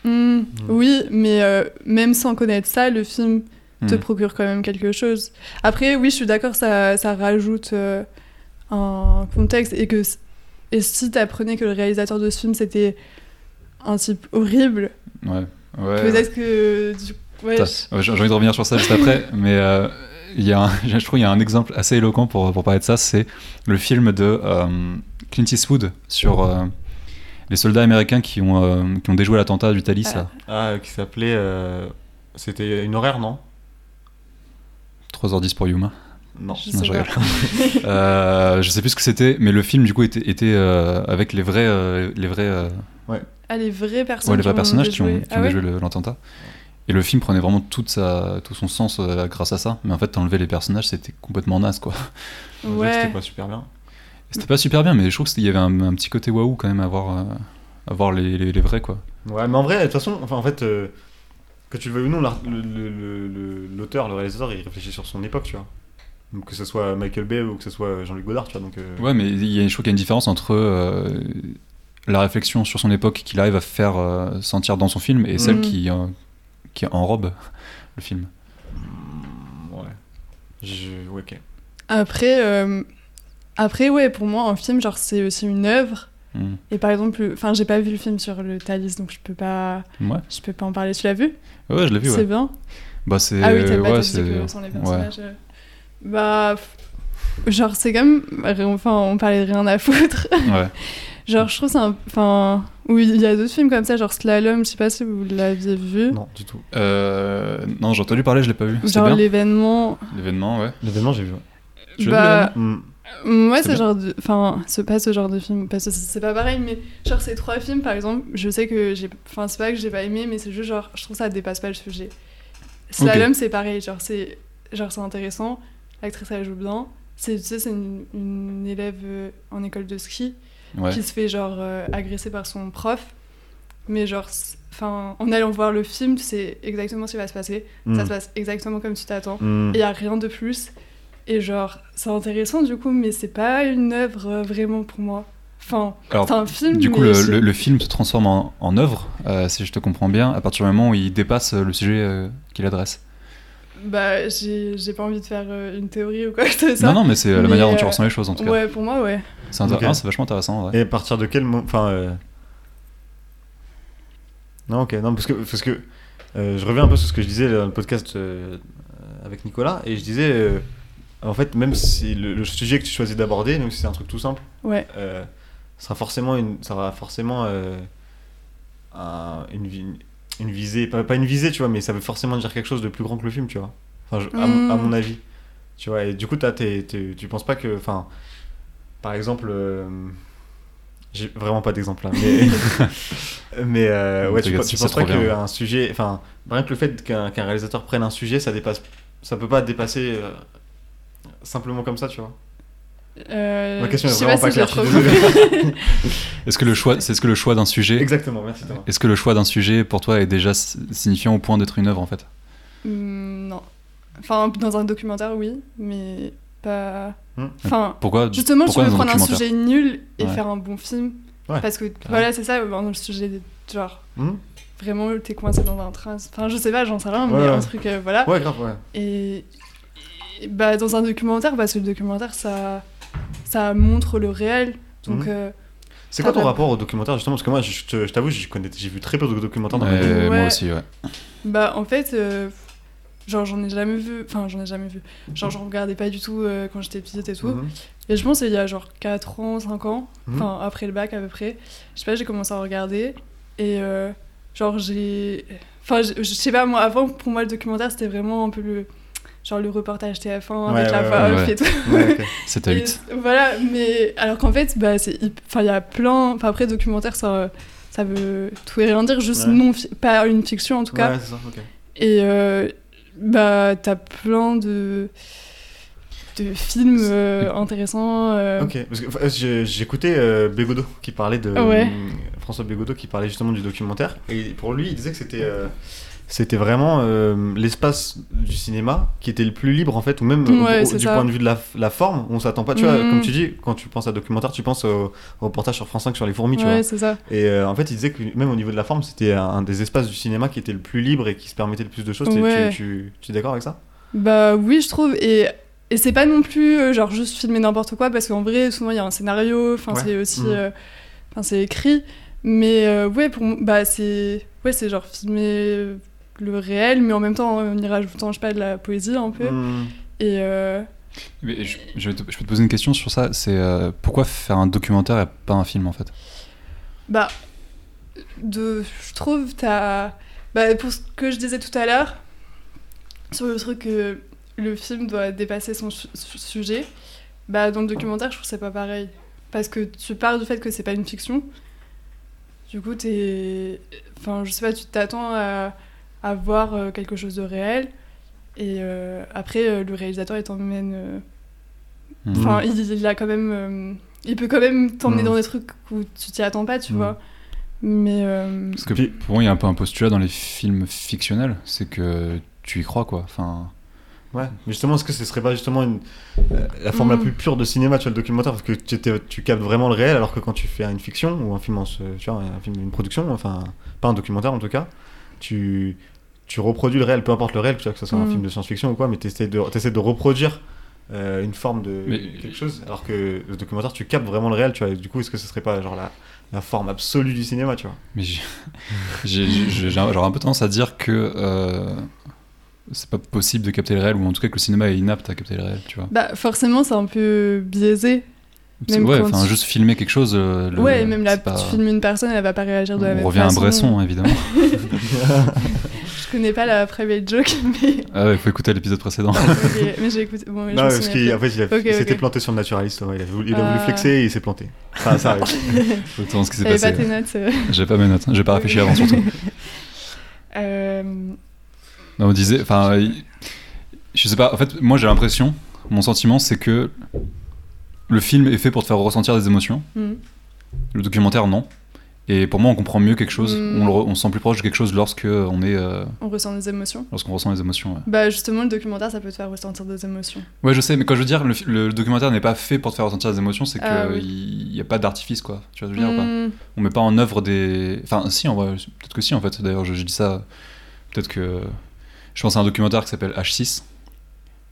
B: Hmm, Oui, mais euh, même sans connaître ça, le film te
A: Hmm.
B: procure quand même quelque chose. Après, oui, je suis d'accord, ça, ça rajoute euh, un contexte. Et, que, s- et si t'apprenais que le réalisateur de ce film, c'était un type horrible,
A: Ouais. Ouais.
B: peut-être que. Du... Ouais,
A: Putain, ouais, J'ai j'ai envie de revenir sur ça juste après, mais euh, il y a un- je trouve qu'il y a un exemple assez éloquent pour, pour parler de ça, c'est le film de euh, Clint Eastwood sur euh, les soldats américains qui ont, euh, qui ont déjoué l'attentat du Thalys. là.
C: Ah, euh, qui s'appelait. euh, C'était une horaire, non
A: 3h10 pour Yuma.
C: Non.
B: je
A: Non,
B: sais
A: je
B: pas.
A: Euh, je sais plus ce que c'était, mais le film du coup était, était euh, avec les vrais, euh, les vrais, euh,
B: Ah, les vrais personnages.
A: ouais, les vrais personnages qui ont,
B: déjoué.
A: qui
B: Ah
A: ont
B: ouais
A: déjoué le- l'attentat. Et le film prenait vraiment toute sa, tout son sens euh, grâce à ça. Mais en fait, t'enlevais les personnages, c'était complètement naze quoi.
C: On dirait que
B: Ouais.
C: C'était pas super bien.
A: C'était pas super bien, mais je trouve qu'il y avait un, un petit côté waouh quand même à voir, euh, à voir les, les- les vrais quoi.
C: Ouais, mais en vrai, de toute façon, enfin, en fait, euh, que tu le veuilles ou non, l'art- le- le- le- le- l'auteur, le, réalisateur, il réfléchit sur son époque, tu vois. Donc, que ce soit Michael Bay ou que ce soit Jean-Luc Godard, tu vois. Donc, euh,
A: Ouais, mais il y a, je trouve qu'il y a une différence entre euh, la réflexion sur son époque qu'il arrive à faire euh, sentir dans son film et celle
B: Mhm.
A: qui, euh, qui enrobe le film.
C: ouais. Je... ouais, ok.
B: Après, euh, après, ouais, pour moi, un film, genre, c'est aussi une œuvre.
A: Mhm.
B: Et par exemple, le- enfin, j'ai pas vu le film sur le Thalys, donc je peux pas,
A: Ouais,
B: je peux pas en parler. Tu l'as vu
A: ouais, je l'ai vu.
B: C'est
A: Ouais.
B: bien.
A: Bah, c'est.
B: ah oui, t'as pas
A: ouais,
B: dit que
A: c'est-
B: sont les
A: ouais.
B: personnages. euh, Bah, f- genre, c'est comme, enfin, on parlait de rien à foutre.
A: Ouais.
B: genre, je trouve c'est un, enfin, oui, il y a d'autres films comme ça, genre Slalom, je sais pas si vous l'aviez vu.
C: Non, du tout.
A: Euh, non, j'ai entendu parler, je l'ai pas vu. C'est
B: Genre
A: bien.
B: l'événement.
A: L'événement, ouais.
C: L'événement, j'ai vu. ouais.
A: Tu l'as vu,
B: Bah,
C: Hmm.
B: Moi,
A: C'est
B: ce
A: bien.
B: genre de. Enfin, ce, pas ce genre de film, parce que c'est- c'est pas pareil, mais genre ces trois films, par exemple, je sais que j'ai. Enfin, c'est pas que j'ai pas aimé, mais c'est juste genre, je trouve ça dépasse pas le sujet. Slalom, c'est pareil, genre c'est genre c'est intéressant, l'actrice elle joue bien. C'est, tu sais, c'est une, une élève euh, en école de ski
A: Ouais.
B: qui se fait genre euh, agresser par son prof, mais genre, c'est- enfin, en allant voir le film, tu sais exactement ce qui va se passer, ça
C: Hmm.
B: se passe exactement comme tu t'attends
C: Hmm.
B: il y a rien de plus. Et genre, c'est intéressant du coup, mais c'est pas une œuvre euh, vraiment pour moi. Enfin,
A: Alors,
B: c'est un film.
A: Du coup,
B: mais
A: le,
B: c'est-
A: le- le film se transforme en, en œuvre, euh, si je te comprends bien, à partir du moment où il dépasse euh, le sujet euh, qu'il adresse.
B: Bah, j'ai j'ai pas envie de faire euh, une théorie ou quoi que ce soit.
A: Non, non, mais c'est la
B: Mais,
A: manière dont tu
B: euh,
A: ressens les choses en tout cas.
B: ouais, pour moi, ouais.
A: C'est intér-
C: Ok.
A: non, c'est vachement intéressant. ouais.
C: Et à partir de quel moment. Enfin. euh, Non, ok, non, parce que. Parce que euh, je reviens un peu sur ce que je disais dans le podcast euh, avec Nicolas, et je disais. euh, en fait, même si le, le sujet que tu choisis d'aborder, donc si c'est un truc tout simple,
B: Ouais,
C: euh, ça, sera forcément une, ça aura forcément euh, un- une, vi- une visée. Pas, pas une visée, tu vois, mais ça veut forcément dire quelque chose de plus grand que le film, tu vois. Enfin, je- à, mon- à
B: Mm.
C: mon avis. Tu vois, et du coup, t'as tes- tes- tu penses pas que. Enfin, par exemple. euh, j'ai vraiment pas d'exemple là, mais. mais euh, ouais, tu,
A: T'inquiète,
C: pe- tu
A: c'est
C: penses pas
A: trop bien.
C: qu'un sujet. Enfin, rien que le fait qu'un qu'un réalisateur prenne un sujet, ça dépasse. Ça peut pas dépasser euh, simplement comme ça, tu vois.
B: euh,
C: Ma question
B: je
C: est
B: sais
C: vraiment pas
B: si je l'ai
C: claire, je suis
B: trop compris.
C: désolé.
A: Est-ce que le choix, c'est ce que le choix d'un sujet,
C: Exactement, merci Thomas.
A: est-ce que le choix d'un sujet pour toi est déjà s- signifiant au point d'être une œuvre en fait
B: Hmm, non. Enfin, dans un documentaire, oui, mais pas.
C: Hmm.
B: Enfin,
A: Pourquoi
B: justement,
A: pourquoi
B: tu
A: dans
B: peux
A: un
B: prendre un
A: documentaire
B: sujet nul et
A: Ouais.
B: faire un bon film.
C: Ouais.
B: Parce que voilà, c'est ça, euh, dans le sujet, genre,
C: Hmm
B: vraiment, t'es coincé dans un train. Enfin, je sais pas, j'en sais rien, mais
C: Ouais, ouais.
B: un truc, euh, voilà.
C: Ouais, grave, ouais.
B: Et, et, bah, dans un documentaire, parce que le documentaire, ça, ça montre le réel. Donc,
C: Mhm.
B: euh,
C: C'est quoi
B: Ah
C: ton
B: bah.
C: rapport au documentaire justement Parce que moi, je, te- je t'avoue, je connais- j'ai vu très peu de documentaires dans ma vie.
A: Euh, Moi
B: Ouais.
A: aussi, ouais.
B: bah, en fait, euh, genre, j'en ai jamais vu. Enfin, j'en ai jamais vu. Genre, je regardais pas du tout euh, quand j'étais petite et tout.
C: Mhm.
B: Et je pense il y a genre 4 ans, 5 ans,
C: Mhm.
B: enfin après le bac à peu près, je sais pas, j'ai commencé à regarder et euh, genre j'ai. Enfin, je je sais pas, moi avant pour moi le documentaire c'était vraiment un peu le. Genre le reportage TF1
C: Ouais,
B: avec la
C: ouais,
B: voix
A: ouais.
B: off et tout.
C: Ouais, ok.
A: C'est à
B: Et
A: 8.
B: c'est- voilà, mais alors qu'en fait, bah, c'est hyp- enfin, il y a plein. Enfin, après, documentaire, ça, ça veut tout et rien dire, juste
C: Ouais.
B: non, fi- pas une fiction en tout cas.
C: Ouais, c'est ça, ok.
B: Et euh, bah, t'as plein de, de films euh, intéressants. euh,
C: Ok, parce que enfin, j'ai- j'écoutais euh, Bégodeau qui parlait de. euh,
B: Ouais.
C: François Bégodeau qui parlait justement du documentaire. Et pour lui, il disait que c'était. euh, C'était vraiment euh, l'espace du cinéma qui était le plus libre en fait, ou même euh,
B: Ouais,
C: au-
B: c'est
C: du
B: ça.
C: point de vue de la, la forme, on s'attend pas, tu vois,
B: Mhm.
C: comme tu dis, quand tu penses à documentaire, tu penses au, au reportage sur France 5 sur les fourmis, tu vois.
B: ouais, c'est ça.
C: Et euh, en fait, il disait que même au niveau de la forme, c'était un des espaces du cinéma qui était le plus libre et qui se permettait le plus de choses. T'es-
B: Ouais.
C: Tu, tu- tu es d'accord avec ça
B: Bah oui, je trouve. Et, et c'est pas non plus euh, genre juste filmer n'importe quoi, parce qu'en vrai, souvent il y a un scénario, enfin
C: Ouais.
B: c'est aussi.
C: Mhm.
B: euh, Enfin, c'est écrit. Mais euh, ouais, pour m- bah, c'est ouais, c'est genre filmer euh, le réel, mais en même temps, on y rajoutant, je sais pas, de la poésie un peu.
C: Hmm.
B: Et euh,
A: Mais je, je vais te- je peux te poser une question sur ça. C'est euh, pourquoi faire un documentaire et pas un film en fait
B: bah, de, je trouve, t'as. Bah, pour ce que je disais tout à l'heure, sur le truc que le film doit dépasser son su- su- sujet, bah, dans le documentaire, je trouve que c'est pas pareil. Parce que tu pars du fait que c'est pas une fiction. Du coup, t'es. Enfin, je sais pas, tu t'attends à, à voir euh, quelque chose de réel. Et euh, après, euh, le réalisateur, il t'emmène. euh,
A: Mhm.
B: Enfin, il, il a quand même. euh, il peut quand même t'emmener
C: Mm.
B: dans des trucs où tu t'y attends pas, tu
C: Mm.
B: vois. Mais. euh,
A: Parce que
C: Puis-
A: pour moi, il y a un peu un postulat dans les films fictionnels, c'est que tu y crois quoi. Enfin,
C: Ouais. Mais justement, est-ce que ce serait pas justement une, euh, la forme la
B: Hmm.
C: plus pure de cinéma, tu vois, le documentaire Parce que tu, t'es- tu captes vraiment le réel, alors que quand tu fais une fiction, ou un film, en se- tu vois, un film une production, enfin, pas un documentaire en tout cas, tu, tu reproduis le réel, peu importe le réel, tu vois, que ce soit un
B: Hmm.
C: film de science-fiction ou quoi, mais tu essaies de, t'essaies de reproduire. euh, une forme de
A: Mais-
C: quelque chose alors que le documentaire tu captes vraiment le réel tu vois et du coup est-ce que ce serait pas genre la, la forme absolue du cinéma tu vois
A: mais j'ai- j'ai j'ai- j'ai- j'aurais un peu tendance à dire que euh, c'est pas possible de capter le réel, ou en tout cas que le cinéma est inapte à capter le réel, tu vois.
B: Bah, forcément, c'est un peu biaisé.
A: C'est-
B: Même
A: ouais,
B: quand
A: enfin,
B: tu-
A: juste filmer quelque chose. euh, le-
B: ouais, même là,
A: c'est pas-
B: tu filmes une personne, elle va pas réagir de la même
A: On revient
B: façon.
A: à Bresson, évidemment.
B: Je connais pas la private joke, mais.
A: ah ouais, faut écouter l'épisode précédent.
B: Ok, mais j'ai écouté. Bon, mais je
C: Non,
B: me
C: parce
B: souviens
C: qu'en
B: plus.
C: fait, il, a-
B: Ok,
C: il s'était
B: ok.
C: planté sur le naturaliste. ouais, Il a voulu, il a
B: Ah.
C: voulu flexer et il s'est planté. Enfin, ça arrive.
A: Faut attendre ce qui s'est
B: T'avais pas
A: passé.
B: tes notes. euh.
A: J'ai pas mes notes, hein, j'ai pas réfléchi avant surtout.
B: Euh,
A: Non, on disait, enfin, il- je sais pas. En fait, moi, j'ai l'impression, mon sentiment, c'est que le film est fait pour te faire ressentir des émotions.
B: hmm.
A: Le documentaire, non. Et pour moi, on comprend mieux quelque chose.
B: Mm.
A: On, le re- on se sent plus proche de quelque chose lorsque on est, euh,
B: On ressent des émotions.
A: lorsqu'on ressent les émotions. Ouais.
B: Bah, justement, le documentaire, ça peut te faire ressentir des émotions.
A: Ouais, je sais, mais quand je veux dire, le, fi- le documentaire n'est pas fait pour te faire ressentir des émotions, c'est
B: Ah,
A: qu'il
B: oui.
A: n'y a pas d'artifice, quoi. Tu vois ce que je veux dire ou pas
B: Hmm.
A: On met pas en œuvre des. Enfin, si, en vrai, peut-être que si, en fait. D'ailleurs, je, je dis ça. Peut-être que. Je pense à un documentaire qui s'appelle H6.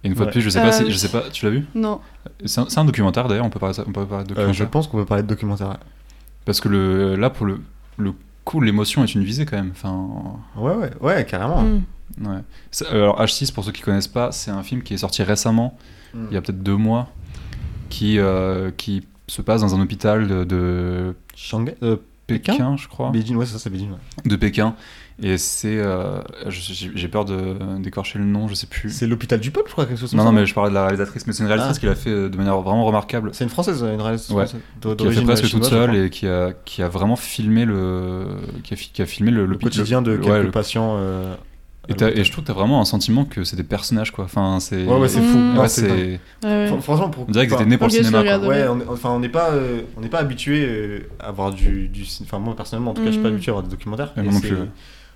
A: Et une fois
C: Ouais.
A: de plus, je sais pas,
B: Euh,
A: si, je sais pas tu l'as vu
B: Non.
A: C'est un, c'est un documentaire d'ailleurs, on peut parler, de ça- on peut parler de
C: Euh,
A: documentaire.
C: je pense qu'on peut parler de documentaire.
A: Parce que le, là, pour le, le coup, l'émotion est une visée quand même. Enfin,
C: Ouais, ouais, ouais, carrément.
B: Mm.
A: ouais. C'est- euh, Alors, H6, pour ceux qui connaissent pas, c'est un film qui est sorti récemment,
C: Mm.
A: il y a peut-être deux mois, qui, euh, qui se passe dans un hôpital de, de
C: Shanghai euh,
A: Pékin,
C: Pékin
A: je crois.
C: Beijing, ouais, c'est ça, c'est Beijing. ouais.
A: De Pékin. Et c'est. euh, je- J'ai j'ai peur de- d'écorcher le nom, je sais plus.
C: C'est l'hôpital du peuple, je crois, quelque chose comme
A: Non,
C: ça.
A: non, mais je parlais de la réalisatrice, mais c'est une réalisatrice
C: Ah.
A: qui l'a fait euh, de manière vraiment remarquable.
C: C'est une française, une réalisatrice
A: Ouais.
C: française,
A: Qui
C: d'o-
A: a fait
C: d'origine
A: presque toute
C: chinoise,
A: seule
C: je
A: et qui a, qui a vraiment filmé le. Qui a, fi- qui a filmé le,
C: crois. le quotidien de
A: le-
C: quelques
A: ouais, le-
C: patients. euh,
A: et, t'as- et je trouve que t'as vraiment un sentiment que c'est des personnages, quoi. Enfin, c'est.
C: Ouais, ouais, c'est fou.
B: Mm.
A: Ouais,
C: Ouais,
A: c'est-
C: dingue.
B: Ouais,
C: Fran-
B: ouais.
C: Franchement, pour.
A: On dirait qu'ils
C: enfin,
A: étaient nés pour
B: Ok, je
A: le cinéma.
B: le
A: quoi.
B: regarde.
C: Ouais, on est- enfin, on n'est pas, euh, on n'est pas habitué euh, à voir du, du cin- Enfin, moi personnellement, en tout cas, je suis pas
B: Mm.
C: habitué à voir des documentaires.
A: Ouais,
C: Et
A: moi non
C: c'est-
A: plus, ouais.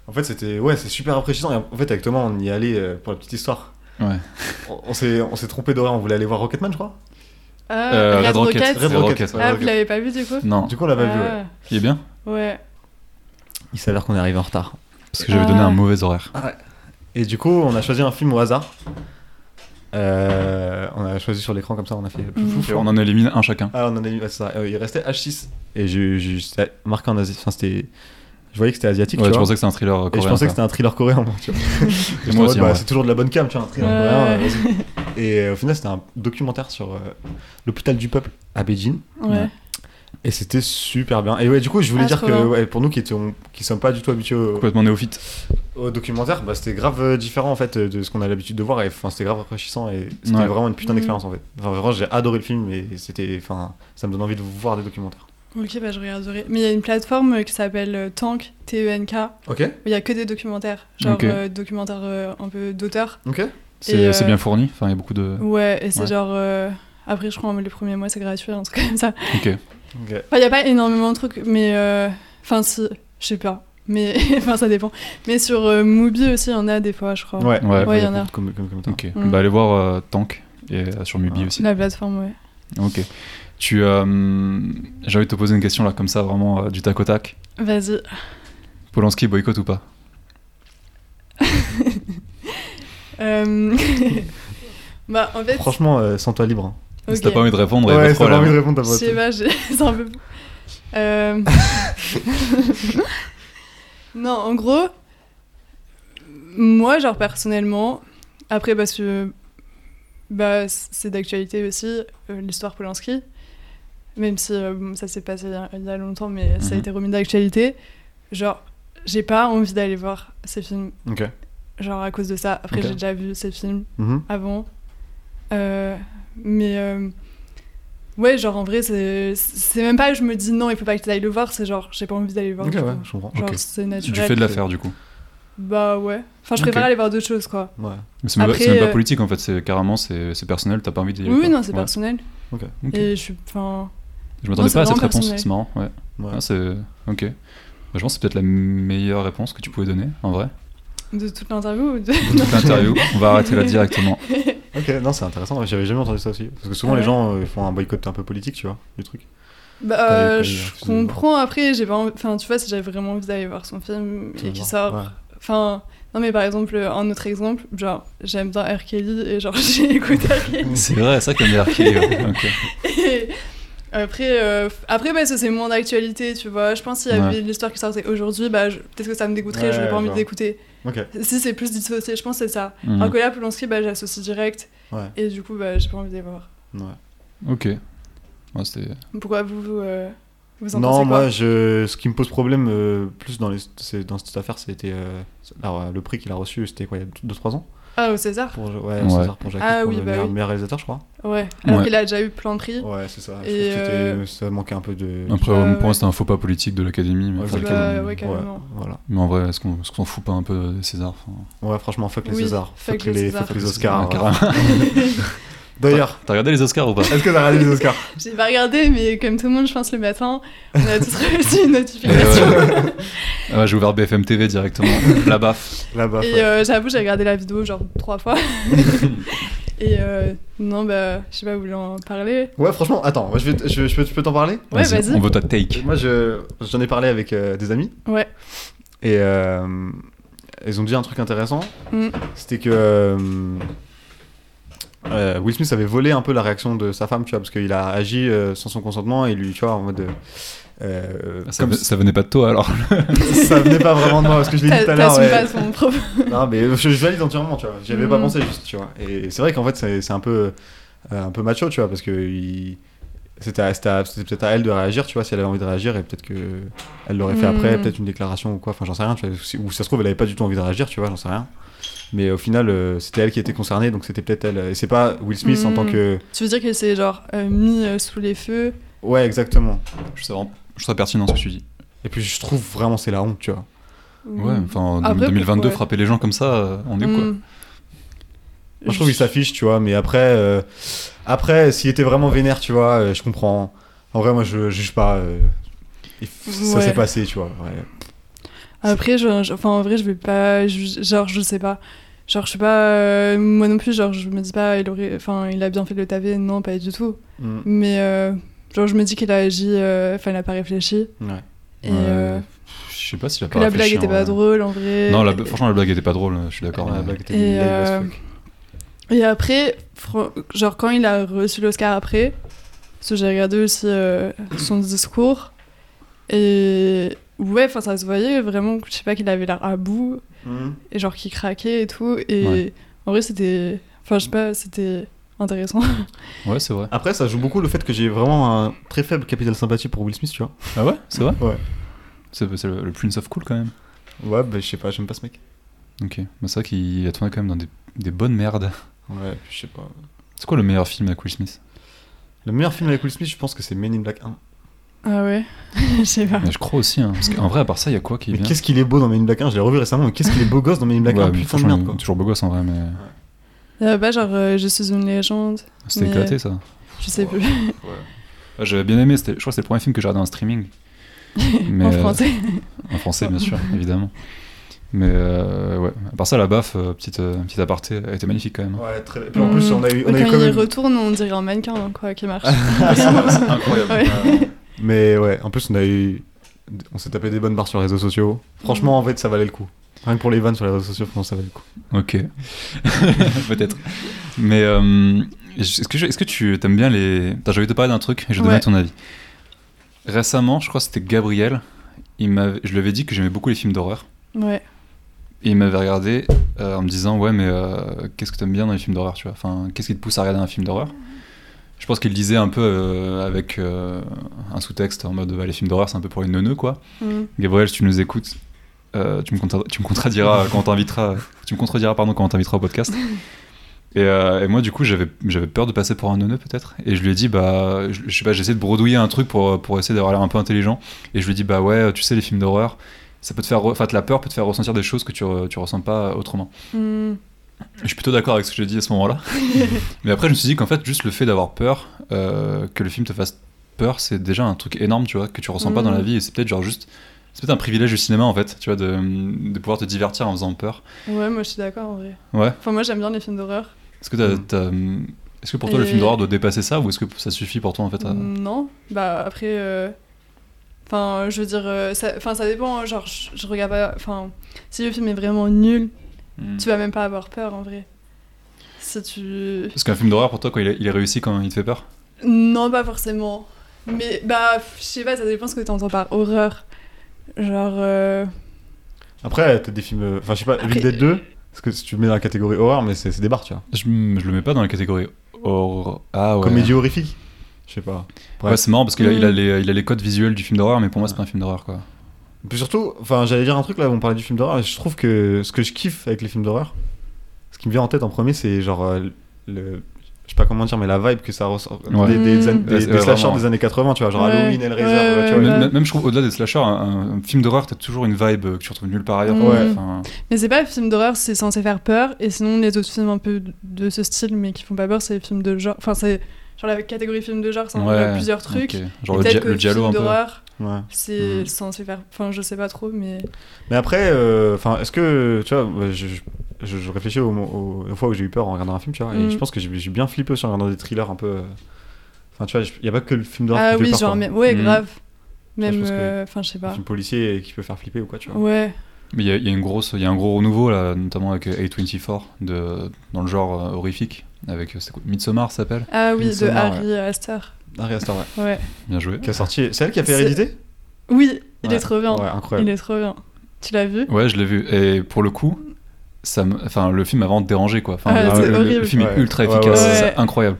C: En fait, c'était, ouais, c'est super rafraîchissant. Et en fait, avec Thomas, on y allait euh, pour la petite histoire.
A: Ouais.
C: On, on s'est, on s'est trompé d'horaire. On voulait aller voir Rocketman, je crois.
B: Ah,
A: Euh, Red Rocket.
C: Red Rocket.
A: ouais,
B: Ah,
C: Rocket.
B: vous l'avez pas vu du coup
A: Non,
C: Du coup, on l'avait vu. Ouais.
B: Ah,
A: il est bien
B: Ouais.
C: Il s'avère qu'on est arrivé en retard.
A: Parce que j'avais donné
B: Ah.
A: un mauvais horaire.
C: Et du coup, on a choisi un film au hasard. Euh, on a choisi sur l'écran comme ça. On a fait.
B: Mm.
A: Et on en élimine un chacun.
C: Ah, on en a eu, ouais, c'est ça. Euh, il restait H6. Et je, je- c'était marqué en Asie. Enfin, c'était. Je voyais que c'était asiatique.
A: Ouais,
C: tu
A: je
C: vois.
A: pensais que c'était un thriller coréen.
C: Et je pensais que
A: quoi.
C: c'était un thriller coréen. moi, tu vois.
A: Et
C: J'étais en
A: moi
C: mode,
A: aussi,
C: bah,
A: en vrai.
C: c'est toujours de la bonne cam, tu vois, un thriller
B: Ouais.
C: coréen. euh, vas-y. Et euh, au final, c'était un documentaire sur euh, l'hôpital du peuple à Beijing.
B: Ouais.
C: Et c'était super bien. Et ouais, du coup, je voulais
B: Ah,
C: dire
B: trop
C: que
B: bien.
C: ouais, pour nous qui étions, qui sommes pas du tout habitués au,
A: complètement néophyte.
C: au documentaire, bah, c'était grave euh, différent en fait euh, de ce qu'on a l'habitude de voir. Et enfin, c'était grave rafraîchissant et c'était
A: Ouais.
C: vraiment une putain
B: Mhm.
C: d'expérience en fait. Enfin, vraiment, j'ai adoré le film et c'était, enfin, ça me donne envie de voir des documentaires.
B: Ok, bah je regarderai. Mais il y a une plateforme euh, qui s'appelle euh, Tank, T-E-N-K, où
C: Ok.
B: il y a que des documentaires. Genre
A: Ok.
B: euh, documentaires euh, un peu d'auteur.
C: Ok.
A: C'est
B: euh,
A: c'est bien fourni. Enfin, il y a beaucoup de.
B: Ouais, et c'est
A: Ouais.
B: genre. euh, Après, je crois, les premiers mois, c'est gratuit, un truc comme ça.
A: Ok.
B: Enfin, il n'y a pas énormément de trucs, mais. euh, Enfin, si, je sais pas. Mais. Enfin, ça dépend. Mais sur euh, Mubi aussi, il y en a des fois, je crois.
C: Ouais.
A: Ouais.
B: Ouais, y en a.
C: Comme, comme, comme
A: Ok.
B: Mm.
A: Bah, allez voir euh, Tank et euh, sur Mubi
C: Ah.
A: aussi.
B: La plateforme, ouais.
A: Ok. Tu, euh, j'ai envie de te poser une question là comme ça, vraiment euh, du tac au tac.
B: Vas-y.
A: Polanski boycott ou pas
B: Euh, bah, en fait.
C: Franchement, euh, sens-toi libre. hein.
A: Si
B: ok.
A: t'as pas envie de répondre, il y a pas
C: ouais,
A: de
C: ça m'a envie de
A: problème.
C: répondre ta
B: Je sais pas, j'ai- c'est un peu. Euh, non, en gros, moi, genre personnellement, après parce que bah c'est d'actualité aussi euh, l'histoire Polanski, même si euh, bon, ça s'est passé il y a- il y, a longtemps, mais ça a
A: Mhm.
B: été remis d'actualité. Genre, j'ai pas envie d'aller voir ces films,
C: Ok.
B: genre à cause de ça. Après,
C: Ok.
B: j'ai déjà vu ces films
C: Mhm.
B: avant. Euh, mais euh, ouais, genre en vrai, c'est c'est même pas que je me dis non, il faut pas que tu ailles le voir, c'est genre j'ai pas envie d'aller le voir.
C: Ok,
B: du
C: ouais,
B: coup.
C: je comprends.
B: Genre
A: ok.
B: c'est
A: Tu
B: naturel.
A: fais de l'affaire du coup.
B: Bah ouais. Enfin, je
A: Ok.
B: préfère aller voir d'autres choses quoi.
C: Ouais.
A: Mais C'est même,
B: Après,
A: c'est même pas
B: euh,
A: politique en fait, c'est carrément c'est c'est personnel, t'as pas envie d'y aller.
B: Oui, oui,
A: quoi.
B: non, c'est
A: Ouais.
B: personnel.
C: Ok.
A: Ok.
B: Et je suis. Enfin.
A: Je m'attendais
B: c'est
A: pas à cette
B: vraiment
A: réponse,
B: personnel.
A: c'est marrant. Ouais.
C: Ouais.
A: Ah, c'est ok. Bah, je pense que c'est peut-être la meilleure réponse que tu pouvais donner en vrai.
B: De toute l'interview ou de...
A: Toute l'interview, on va arrêter là directement.
C: Ok, non, c'est intéressant. J'avais jamais entendu ça aussi. Parce que souvent,
B: Ah Ouais.
C: les gens euh, font un boycott un peu politique, tu vois, du truc.
B: Bah,
C: T'avais pas
B: euh,
C: eu
B: je
C: refusé de le voir.
B: comprends après, j'ai pas envie- Enfin, tu vois, si j'avais vraiment envie d'aller voir son film et qu'il sort
C: Ouais.
B: Enfin, non mais par exemple, un autre exemple, genre, j'aime bien R. Kelly et genre j'ai écouté R. Kelly.
A: C'est vrai, c'est ça qui m'a
B: Et après, euh, après parce que c'est moins d'actualité, tu vois, je pense qu'il y
A: Ouais.
B: avait l'histoire qui sortait aujourd'hui, bah, je- peut-être que ça me dégoûterait,
C: Ouais,
B: j'aurais pas envie
C: genre.
B: d'écouter.
C: Ok.
B: Si c'est plus dissocié, je pense que c'est ça.
A: Hmm,
B: Alors que là, Polanski, bah, j'associe direct
C: Mm. Ouais.
B: et du coup, bah, j'ai pas envie de les voir.
C: ouais.
A: Ok. Ouais, c'était-
B: Pourquoi vous, vous, euh, vous en
C: Non,
B: pensez
C: moi,
B: quoi
C: je... ce qui me pose problème euh, plus dans, les... c'est- dans cette affaire, c'était euh, alors, euh, le prix qu'il a reçu, c'était quoi, il y a 2-3 ans
B: Ah, au César
C: pour... Ouais,
A: Ouais.
C: César pour Jacques,
B: Ah
C: pour
B: oui,
C: le
B: bah
C: meilleur,
B: oui.
C: meilleur réalisateur, je crois.
B: Ouais, alors
A: Ouais.
B: qu'il a déjà eu plein de prix.
C: Ouais, c'est ça.
B: Et,
C: je trouve que
B: euh,
C: c'était- ça manquait un peu de.
A: Après,
B: Euh,
A: ouais, pour moi,
B: ouais.
A: c'était un faux pas politique de l'académie. Mais,
C: Ouais,
A: enfin,
C: c'est
B: Bah,
A: l'académie-
B: ouais, carrément.
C: voilà.
A: mais en vrai, est-ce qu'on est-ce qu'on s'en fout pas un peu des Césars enfin,
C: Ouais, franchement, fuck les
B: Oui,
C: Césars.
B: fuck les Césars.
C: fuck les Oscars.
A: Ouais, carrément.
C: D'ailleurs,
A: T'as regardé les Oscars ou pas
C: est-ce que t'as regardé les Oscars
B: J'ai pas regardé, mais comme tout le monde, je pense le matin, on a tous reçu une
A: Et
B: notification.
A: ouais. Ah ouais, J'ai ouvert BFM TV directement. La baffe.
C: Là-bas.
B: Et
C: ouais.
B: euh, j'avoue, j'ai regardé la vidéo genre trois fois. Et euh, non, bah, je sais pas, vous voulez en parler
C: Ouais, franchement, attends, moi, je, vais, je, je peux- je peux t'en parler
B: Ouais,
A: Vas-y,
B: vas-y.
A: On veut ta take.
C: Moi, je- j'en ai parlé avec euh, des amis.
B: Ouais.
C: Et euh, Ils ont dit un truc intéressant.
B: Mm.
C: C'était que euh, euh, Will Smith avait volé un peu la réaction de sa femme, tu vois, parce qu'il a agi euh, sans son consentement et lui, tu vois, en mode. euh,
A: Ah, Ça,
C: comme
A: ve- ça venait pas de toi alors.
C: ça venait pas vraiment de moi, parce que je l'ai dit tout à l'heure.
B: T'assumes
C: ouais.
B: pas son propre.
C: Non, mais euh, je, je valide entièrement, tu vois. J'y avais pas
B: Mm.
C: pensé juste, tu vois. Et c'est vrai qu'en fait, c'est c'est un peu, euh, un peu macho, tu vois, parce que il- c'était à- c'était à- c'était peut-être à elle de réagir, tu vois, si elle avait envie de réagir, et peut-être que elle l'aurait fait
B: Mm.
C: après, peut-être une déclaration ou quoi, enfin, j'en sais rien, tu vois. Si- Ou si ça se trouve, elle avait pas du tout envie de réagir, tu vois, j'en sais rien. Mais au final, euh, c'était elle qui était concernée, donc c'était peut-être elle. Et c'est pas Will Smith en
B: Mm.
C: tant que.
B: Tu veux dire que c'est genre euh, mis euh, sous les feux
C: Ouais, exactement.
A: Je sais vraiment- je trouve ça pertinent ce que tu dis.
C: Et puis je trouve vraiment c'est la honte, tu vois.
B: ou-
A: Ouais, enfin, en
B: Après,
A: 2022,
B: Mm. Ah, pourquoi
A: frapper les gens comme ça, euh, on est où, quoi
B: Mm.
C: Moi, je trouve qu'il s'affiche, tu vois, mais après, euh, après s'il était vraiment vénère, tu vois, euh, je comprends. En vrai, moi, je juge pas. euh, il f- Ça
B: Ouais.
C: s'est passé, tu vois. ouais.
B: Après, je, je- enfin, en vrai, je vais pas. ju- Genre, je sais pas. Genre, je sais pas. euh, moi non plus, genre, je me dis pas, il, aurait, enfin, il a bien fait de le taper. Non, pas du tout.
C: Mm,
B: Mais, euh, genre, je me dis qu'il a agi. euh, Enfin, il a pas réfléchi.
C: ouais.
B: Et
A: Ouais.
B: euh,
A: Je sais pas si la
B: que la blague était pas drôle, en vrai.
C: Euh,
A: Non, la b- franchement, la blague était pas drôle, je suis d'accord.
C: Ouais, la
A: mais-
C: blague était
B: Et,
C: nulle, as
B: euh,
C: fuck.
B: Et après, fran- genre quand il a reçu l'Oscar après, parce que j'ai regardé aussi euh, son discours, et ouais, enfin ça se voyait vraiment, je sais pas, qu'il avait l'air à bout,
C: Mm.
B: et genre qu'il craquait et tout, et
A: Ouais.
B: en vrai c'était, enfin je sais pas, c'était intéressant.
A: Ouais, c'est vrai.
C: Après, ça joue beaucoup le fait que j'ai vraiment un très faible capital sympathie pour Will Smith, tu vois.
A: Ah ouais C'est vrai
C: Ouais.
A: C'est c'est le, le Prince of Cool quand même.
C: Ouais, bah, je sais pas, j'aime pas ce mec.
A: Ok. Mais c'est vrai qu'il a tourné quand même dans des, des bonnes merdes.
C: Ouais, je sais pas.
A: C'est quoi le meilleur film avec Will Smith
C: Le meilleur film avec Will Smith, je pense que c'est Men in Black 1.
B: Ah ouais, je sais pas.
A: Mais Je crois aussi, hein, parce qu'en vrai, à part ça, il y a quoi qui
C: Ah. Mais
A: vient
C: qu'est-ce qu'il est beau dans Men in Black 1, je l'ai revu récemment, mais qu'est-ce qu'il est beau gosse dans Men in Black
A: Ouais,
C: 1,
A: mais
C: putain de
A: franchement,
C: merde, quoi.
A: il est Toujours beau gosse en vrai, mais
B: Il y avait pas genre euh, je suis une légende,
A: c'était
B: Mais-
A: éclaté ça.
B: je sais plus,
A: Ouais, J'avais bien aimé, c'était- je crois que c'était le premier film que j'ai regardé en streaming. Mais,
B: en
A: euh,
B: français.
A: En français, bien sûr, évidemment. Mais euh, ouais, à part ça, la baffe, euh, petite, euh, petite aparté, elle était magnifique quand même. hein.
C: Ouais, très... Et puis en plus,
B: Mm.
C: on a eu, on a
B: Ouais,
C: eu
B: quand
C: quand
B: il y
C: même- Ah,
B: retourne, on dirait un mannequin hein, quoi qui marche.
A: Incroyable.
B: Ouais.
C: Mais ouais, en plus on a eu, on s'est tapé des bonnes barres sur les réseaux sociaux. Franchement, en fait, ça valait le coup. Rien que pour les vannes sur les réseaux sociaux, franchement, ça valait le coup.
A: Ok. Peut-être. Mais euh, est-ce que, je- est-ce que tu aimes bien les. Attends, J'ai envie de te parler d'un truc et je vais
B: Ouais.
A: donner ton avis. Récemment, je crois que c'était Gabriel. Il m'avait- je lui avais dit que j'aimais beaucoup les films d'horreur.
B: ouais.
A: Et il m'avait regardé euh, en me disant Ouais, mais euh, qu'est-ce que t'aimes bien dans les films d'horreur tu vois enfin, Qu'est-ce qui te pousse à regarder un film d'horreur Je pense qu'il le disait un peu euh, avec euh, un sous-texte en mode bah, Les films d'horreur, c'est un peu pour les neuneux, quoi.
B: Mm.
A: Gabriel, si tu nous écoutes, euh, tu, me contra- tu me contradiras quand on t'invitera. Tu me contrediras pardon quand on t'invitera au podcast. Et, euh, et moi, du coup, j'avais j'avais peur de passer pour un neuneu peut-être. Et je lui ai dit, bah, je, je sais pas, j'essaie de bredouiller un truc pour, pour essayer d'avoir l'air un peu intelligent. Et je lui ai dit, bah ouais, tu sais, les films d'horreur, ça peut te faire, re- enfin, la peur peut te faire ressentir des choses que tu, re- tu ressens pas autrement.
B: Mm.
A: Je suis plutôt d'accord avec ce que j'ai dit à ce moment-là. Mais après, je me suis dit qu'en fait, juste le fait d'avoir peur, euh, que le film te fasse peur, c'est déjà un truc énorme, tu vois, que tu ressens pas dans la
B: Mhm.
A: vie. Et c'est peut-être genre juste. C'est peut-être un privilège du cinéma, en fait, tu vois, de, de pouvoir te divertir en faisant peur.
B: Ouais, moi je suis d'accord en vrai.
A: Ouais.
B: Enfin, moi j'aime bien les films d'horreur.
A: Est-ce que, t'as-
C: Mhm.
A: t'as, hum, est-ce que pour toi, le
B: Et-
A: film d'horreur doit dépasser ça ou est-ce que ça suffit pour toi, en fait à-
B: Non, bah après. euh, Enfin, je veux dire, euh, ça... Enfin, ça dépend. hein, Genre, je, je regarde pas. Enfin, si le film est vraiment nul,
A: Mhm.
B: tu vas même pas avoir peur en vrai. Si tu.
A: Parce qu'un film d'horreur, pour toi, quand il est, il est réussi, quand il te fait peur
B: Non, pas forcément. Mais bah, je sais pas, ça dépend ce que t'entends par horreur. Genre. euh,
C: Après, t'as des films, euh, enfin, je sais pas,
B: Après-
C: Evil Dead 2, parce que si tu le mets dans la catégorie horreur, mais c'est c'est des barres, tu vois.
A: je, je le mets pas dans la catégorie horreur. Ah ouais.
C: Comédie horrifique, je sais pas.
A: Ouais, c'est marrant parce qu'il a, il a
B: Mhm.
A: les, il a les codes visuels du film d'horreur, mais pour moi, c'est pas un film d'horreur, quoi.
C: Puis surtout, enfin, j'allais dire un truc là, on parlait du film d'horreur, et je trouve que ce que je kiffe avec les films d'horreur, ce qui me vient en tête en premier, c'est genre euh, le. Je sais pas comment dire, mais la vibe que ça ressort.
A: Ouais.
C: Des, des, des,
B: Mhm.
C: des-
A: Ouais, c'est-
C: des
A: ouais,
C: slashers
A: vraiment.
C: des années 80, tu vois, genre
B: Ouais.
C: Halloween, Hellraiser,
B: Ouais,
C: tu vois.
B: ouais,
A: Même,
B: ouais.
A: même- même, je trouve au-delà des slashers, un, un film d'horreur, t'as toujours une vibe euh, que tu retrouves nulle part ailleurs. quoi.
C: Ouais.
A: Enfin,
B: Mais c'est pas les films d'horreur, c'est censé faire peur. Et sinon, les autres films un peu de ce style, mais qui font pas peur, c'est les films de genre. Enfin, c'est genre la catégorie films de genre, ça englobe
A: ouais,
B: plusieurs
A: ok.
B: trucs. Et
A: Genre le,
B: peut-être
A: dia-
B: que
A: le giallo
B: film
A: un peu.
B: d'horreur,
C: Ouais.
B: c'est
C: Hmm.
A: Mhm.
B: censé faire. Enfin, je sais pas trop, mais.
C: Mais après, euh, enfin, est-ce que tu vois, moi, je, je, je réfléchis au, au- aux fois où j'ai eu peur en regardant un film, tu vois, et
B: Mm.
C: je pense que j'ai j'ai bien flippé aussi en regardant des thrillers un peu. euh, Enfin, tu vois, il n'y a pas que le film d'horreur
B: Ah
C: qui fait
B: oui,
C: peur,
B: genre,
C: quoi. Hmm.
B: mais... ouais,
A: Mhm.
B: grave.
C: je
B: Même.
C: pense que-
B: euh, Enfin, je sais
C: un
B: pas.
C: film policier qui peut faire flipper ou quoi, tu vois.
B: Ouais.
A: Mais il y, a- il y a une grosse, il y a un gros renouveau là, notamment avec euh, A24 de dans le genre euh, horrifique avec euh, c'est quoi, Midsommar ça s'appelle.
B: Ah oui, de
C: Midsommar,
B: Harry Astor.
C: Harry Astor, ouais.
B: Ouais.
A: Bien joué.
C: Qui a sorti. C'est elle qui a fait
B: C'est-
C: Hérédité
B: Oui, il
C: Ouais,
B: est trop bien.
C: Ouais,
B: Il
C: incroyable.
B: est trop bien. Tu l'as vu
A: Ouais, je l'ai vu. Et pour le coup, ça me- enfin, le film m'a vraiment dérangé, quoi. Enfin,
B: Ah,
A: le-
B: c'est
A: le, le
B: horrible.
A: film
C: Ouais.
A: est ultra
C: Ouais,
A: efficace,
B: ouais, ouais.
A: c'est incroyable.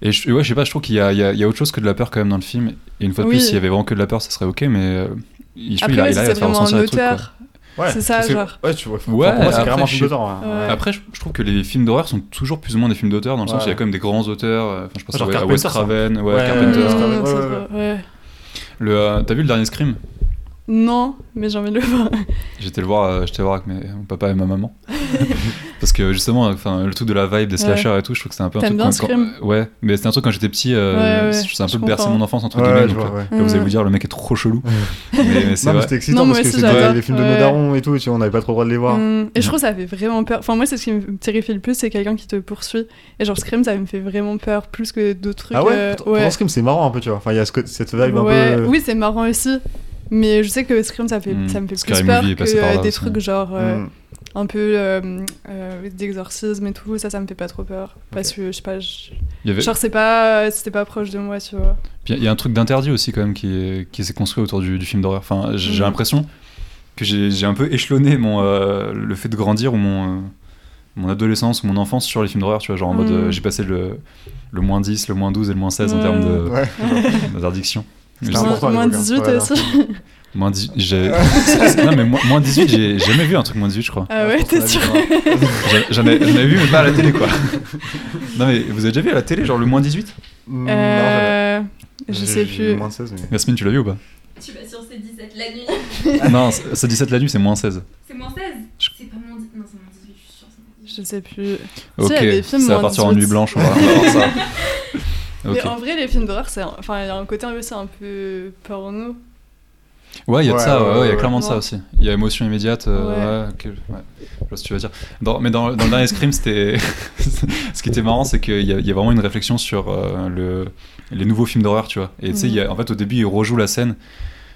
A: Et je, ouais, je sais pas, je trouve qu'il y a, il y a- il y a autre chose que de la peur quand même dans le film. Et une fois de
B: Oui.
A: plus, s'il y avait vraiment que de la peur, ça serait ok, mais euh, il- je trouve
B: Après,
A: qu'il
B: ouais,
A: arrive
B: si
A: à
B: c'est
A: te faire
B: vraiment un
A: ressentir le truc. quoi.
B: auteur.
C: Ouais,
B: c'est ça, genre.
C: Ouais, tu vois. enfin,
A: Ouais,
C: pour moi, c'est
A: après,
C: carrément un
A: je
C: film
A: suis-
C: de temps. hein.
B: Ouais.
A: Après, je, je trouve que les films d'horreur sont toujours plus ou moins des films d'auteur, dans le sens
C: Ouais.
A: où il y a quand même des grands auteurs. euh, Enfin, je pense
C: Genre
A: à- à
C: Carpenter,
A: Wes
C: ça.
A: Craven, ouais,
C: Ouais,
A: Carpenter.
C: ouais, ouais.
B: Non, non,
C: Ouais,
B: Hmm, c'est
C: ouais,
B: trop- ouais.
A: Le, euh, T'as vu le dernier Scream
B: Non, mais j'ai envie de le voir.
A: J'étais le voir, euh, j'étais le voir avec mes- mon papa et ma maman. Parce que justement, enfin, le truc de la vibe des slashers et tout, je trouve que c'est un peu un truc.
B: T'aimes bien
A: quand-
B: Scream
A: quand- ouais, mais c'était un truc quand j'étais petit, euh,
B: Ouais, ouais,
A: c'est un
B: je
A: peu bercé
B: comprends. Mm.
A: mon enfance entre
C: Ouais,
A: guillemets.
C: je
A: donc,
C: vois,
A: euh,
C: ouais.
A: là, vous allez vous dire, le mec est trop chelou. mais mais c'est
C: Non, mais
A: vrai.
C: c'était excitant
B: Non, moi
C: parce que
B: aussi,
C: c'était
A: j'adore.
C: les films de
B: Ouais.
C: nos darons et tout, tu vois, on n'avait pas trop le droit de les voir. Hmm.
B: Hum, Et je trouve que ça fait vraiment peur. Enfin, moi, c'est ce qui me terrifie le plus, c'est quelqu'un qui te poursuit. Et genre, Scream, ça me fait vraiment peur plus que d'autres trucs.
C: Ah ouais
B: euh,
C: Pourtant, pourtant, Scream, c'est marrant un peu, tu vois. Enfin, il y a ce co- cette vibe
B: Ouais,
C: un peu. euh.
B: Oui, c'est marrant aussi. Mais je sais que Scream, ça, fait,
A: Hum,
B: ça me fait
A: Scary
B: plus peur
A: Movie est
B: que
A: passé par
B: euh,
A: là
B: des
A: aussi.
B: trucs genre euh,
C: Mm.
B: un peu euh, euh, d'exorcisme et tout. Ça, ça me fait pas trop peur. Parce que, je sais pas, je-
A: Il y avait-
B: genre, c'est pas, c'était pas proche de moi, tu vois.
A: puis il y a un truc d'interdit aussi, quand même, qui, est- qui s'est construit autour du, du film d'horreur. Enfin, j'ai j'ai
C: Mm.
B: Mhm.
A: l'impression que j'ai j'ai un peu échelonné mon, euh, le fait de grandir ou mon, euh, mon adolescence ou mon enfance sur les films d'horreur, tu vois. Genre en mode,
C: Mm.
B: Mhm.
A: euh, j'ai passé le, le moins 10, le moins 12 et le moins 16 en
B: Ouais.
A: termes de-
C: Ouais.
A: d'interdiction. Je
C: Mm. C'est
A: sais
C: important,
B: Moins,
C: les
B: moins
C: bouquins.
B: 18
C: Voilà.
B: aussi.
A: Moins dix- j'ai- non, mais moins, moins 18, j'ai jamais vu un truc moins 18, je crois.
B: Ah
C: Ouais,
B: ouais,
C: je
B: t'es
C: pense
B: sûr
C: qu'on a vu
A: J'en- J'en ai, j'en ai vu, mais pas à la télé, quoi. Non, mais vous avez déjà vu à la télé, genre le moins 18
C: Mm, non, j'avais-
B: Euh, Je
C: j'ai-
B: sais
C: j'ai
B: plus.
C: moins de 16, mais-
A: Yasmine, tu l'as vu ou pas
D: Tu vas sur C17 la nuit.
A: Non, c'est c'est 17 la nuit, c'est moins 16.
D: C'est moins 16. C'est pas moins 10. Non, c'est moins 18, je suis sûre. c'est moins 18.
B: Je sais plus. il
A: Ok,
B: y a des films
A: ça va
B: moins
A: partir en
B: 18.
A: nuit blanche, on va, on va voir ça. Ok.
B: Mais en vrai, les films d'horreur, c'est un- enfin, il y a un côté un peu, c'est un peu
A: Mmh.
B: porno.
A: Ouais, il y a de
C: Ouais,
A: ça, ouais,
C: ouais,
A: ouais, il y a
C: ouais.
A: clairement de ça
B: Ouais.
A: aussi. Il y a émotion immédiate, euh, ouais, ok, ouais. je vois ce que tu vas dire. Dans- mais dans, dans le dernier Scream, c'était. ce qui était marrant, c'est qu'il y, a- il y a vraiment une réflexion sur euh, le, les nouveaux films d'horreur, tu vois. Et tu sais,
B: Mm.
A: il y a- en fait, au début, ils rejouent la scène.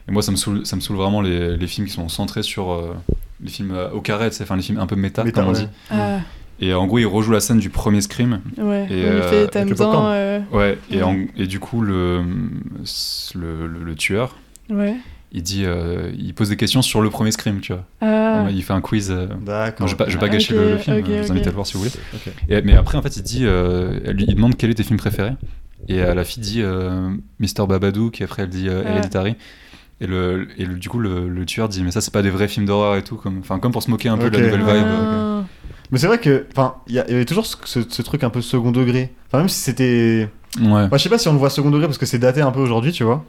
A: Et moi, ça me saoule, ça me saoule vraiment les, les films qui sont centrés sur. euh, les films euh, au carré, tu sais, enfin les films un peu méta,
C: Méta,
A: comme on
C: ouais.
A: dit.
B: Ah,
A: Et en gros, ils rejouent la scène du premier Scream.
B: ouais.
A: Et,
B: on
A: euh,
B: lui fait
A: avec
B: t'aimes
C: le
B: bien.
C: popcorn.
B: euh,
A: Ouais, et,
B: Ouais.
A: en-
C: Mm.
A: et du coup, le, le, le- le tueur,
B: Ouais.
A: il dit. euh, il pose des questions sur le premier Scream, tu vois.
B: Ah.
A: Il fait un quiz. euh,
C: D'accord.
A: Non, je vais pas, je vais pas
B: Ok,
A: gâcher le, le film,
B: ok,
A: je vous invite
B: ok.
A: à le voir si vous voulez.
C: Ok.
A: Et- mais après, en fait, il dit, euh, elle lui- il demande quel est tes films préférés. Et euh, la fille dit euh, Mister Babadou, qui après elle dit euh,
B: Ah.
A: Hereditary. Et, le, et le- du coup, le, le tueur dit Mais ça, c'est pas des vrais films d'horreur et tout, comme, enfin, comme pour se moquer un peu de
C: Ok.
A: la nouvelle vibe.
B: Ah.
C: Mais c'est vrai que, enfin, il y, a- il y avait toujours ce, ce- ce truc un peu second degré. Enfin, même si c'était.
A: Ouais.
C: Moi, je sais pas si on le voit second degré parce que c'est daté un peu aujourd'hui, tu vois.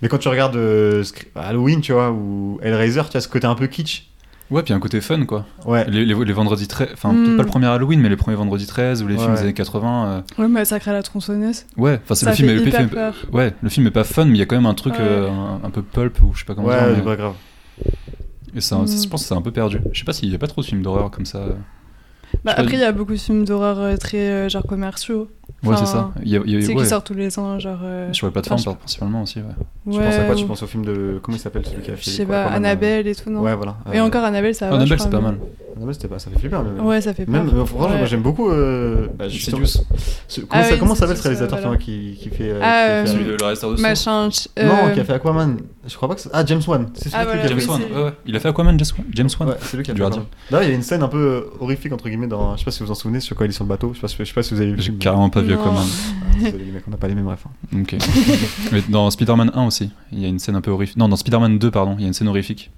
C: Mais quand tu regardes euh, Scr- Halloween, tu vois, ou Hellraiser, tu as ce côté un peu kitsch.
A: ouais, puis un côté fun, quoi.
C: Ouais.
A: Les, les, les vendredis 13, enfin,
B: Hmm.
A: peut-être pas le premier Halloween, mais les premiers vendredis 13 ou les films
C: Ouais.
A: des années 80. euh,
B: Ouais, massacre à la tronçonneuse.
A: ouais, enfin, c'est
B: Ça
A: le film.
B: fait
A: est- le
B: hyper
A: film est-
B: peur.
A: ouais, le film est pas fun, mais il y a quand même un truc
B: Ouais.
A: euh, un, un peu pulp ou je sais pas comment
C: ouais,
A: dire. mais-
C: c'est pas grave.
A: Et ça,
B: Mm.
A: ça- je pense que c'est un peu perdu. Je sais pas s'il y a pas trop de films d'horreur comme ça. Ouais, Je
B: Bah,
A: sais pas-
B: après, il y a beaucoup de films d'horreur euh, très euh, genre commerciaux. Enfin,
A: c'est ça. Il y a, il y a-
B: Tu sais,
A: ouais,
B: qui sortent tous les ans, genre. euh,
A: Sur les plateformes
B: Enfin, Ah,
A: principalement aussi. Ouais. Ah,
C: Tu
B: ouais,
C: penses à quoi Tu
B: ou-
C: penses au film de. Comment il s'appelle celui qui a fait.
B: Je sais
C: quoi,
B: pas,
C: Aquaman, euh,
B: Annabelle et tout, non
C: Ouais, voilà.
B: Et
C: Euh,
B: encore Annabelle, ça va.
A: Annabelle,
B: je
A: c'est
B: crois,
A: pas
B: mais-
A: mal.
C: Annabelle, c'était pas. Ça fait flipper. mais-
B: Ouais, ça fait peur.
C: Même, euh, franchement,
B: Ouais.
C: moi j'aime beaucoup. euh, bah, justement,
A: Insidious.
C: ce- comment
B: Ah
C: ça-
B: oui,
C: comment s'appelle ce
B: Insidious,
C: réalisateur
B: euh,
C: toi,
B: voilà.
C: qui, qui fait. euh,
B: Ah,
C: qui a fait,
B: Celui
C: euh,
B: de
A: Le Restaurant
B: Machin. ch-
C: Non,
B: euh,
C: qui a fait Aquaman. Je crois pas que. c'est- Ah, James Wan. C'est celui
B: Ah,
C: qui
B: voilà,
C: a fait-
A: James
B: oui,
A: Wan.
B: c'est-
A: ouais, ouais. Il a fait Aquaman, Jas- James Wan.
C: Ouais, c'est lui qui a
A: Du
C: fait
A: Guardian.
C: Aquaman. D'ailleurs, il y a une scène un peu horrifique entre guillemets dans. Je sais pas si vous vous en souvenez, sur quand il est sur le bateau. Je sais pas, si- je sais pas si vous avez vu. le
A: J'ai
C: film.
A: carrément pas vu
B: Non.
A: Aquaman.
C: Ah, désolé, les mecs, on n'a pas les mêmes refs. hein.
A: Ok. Mais dans Spider-Man 1 aussi, il y a une scène un peu horrifique. Non, dans Spider-Man 2, pardon, il y a une scène horrifique.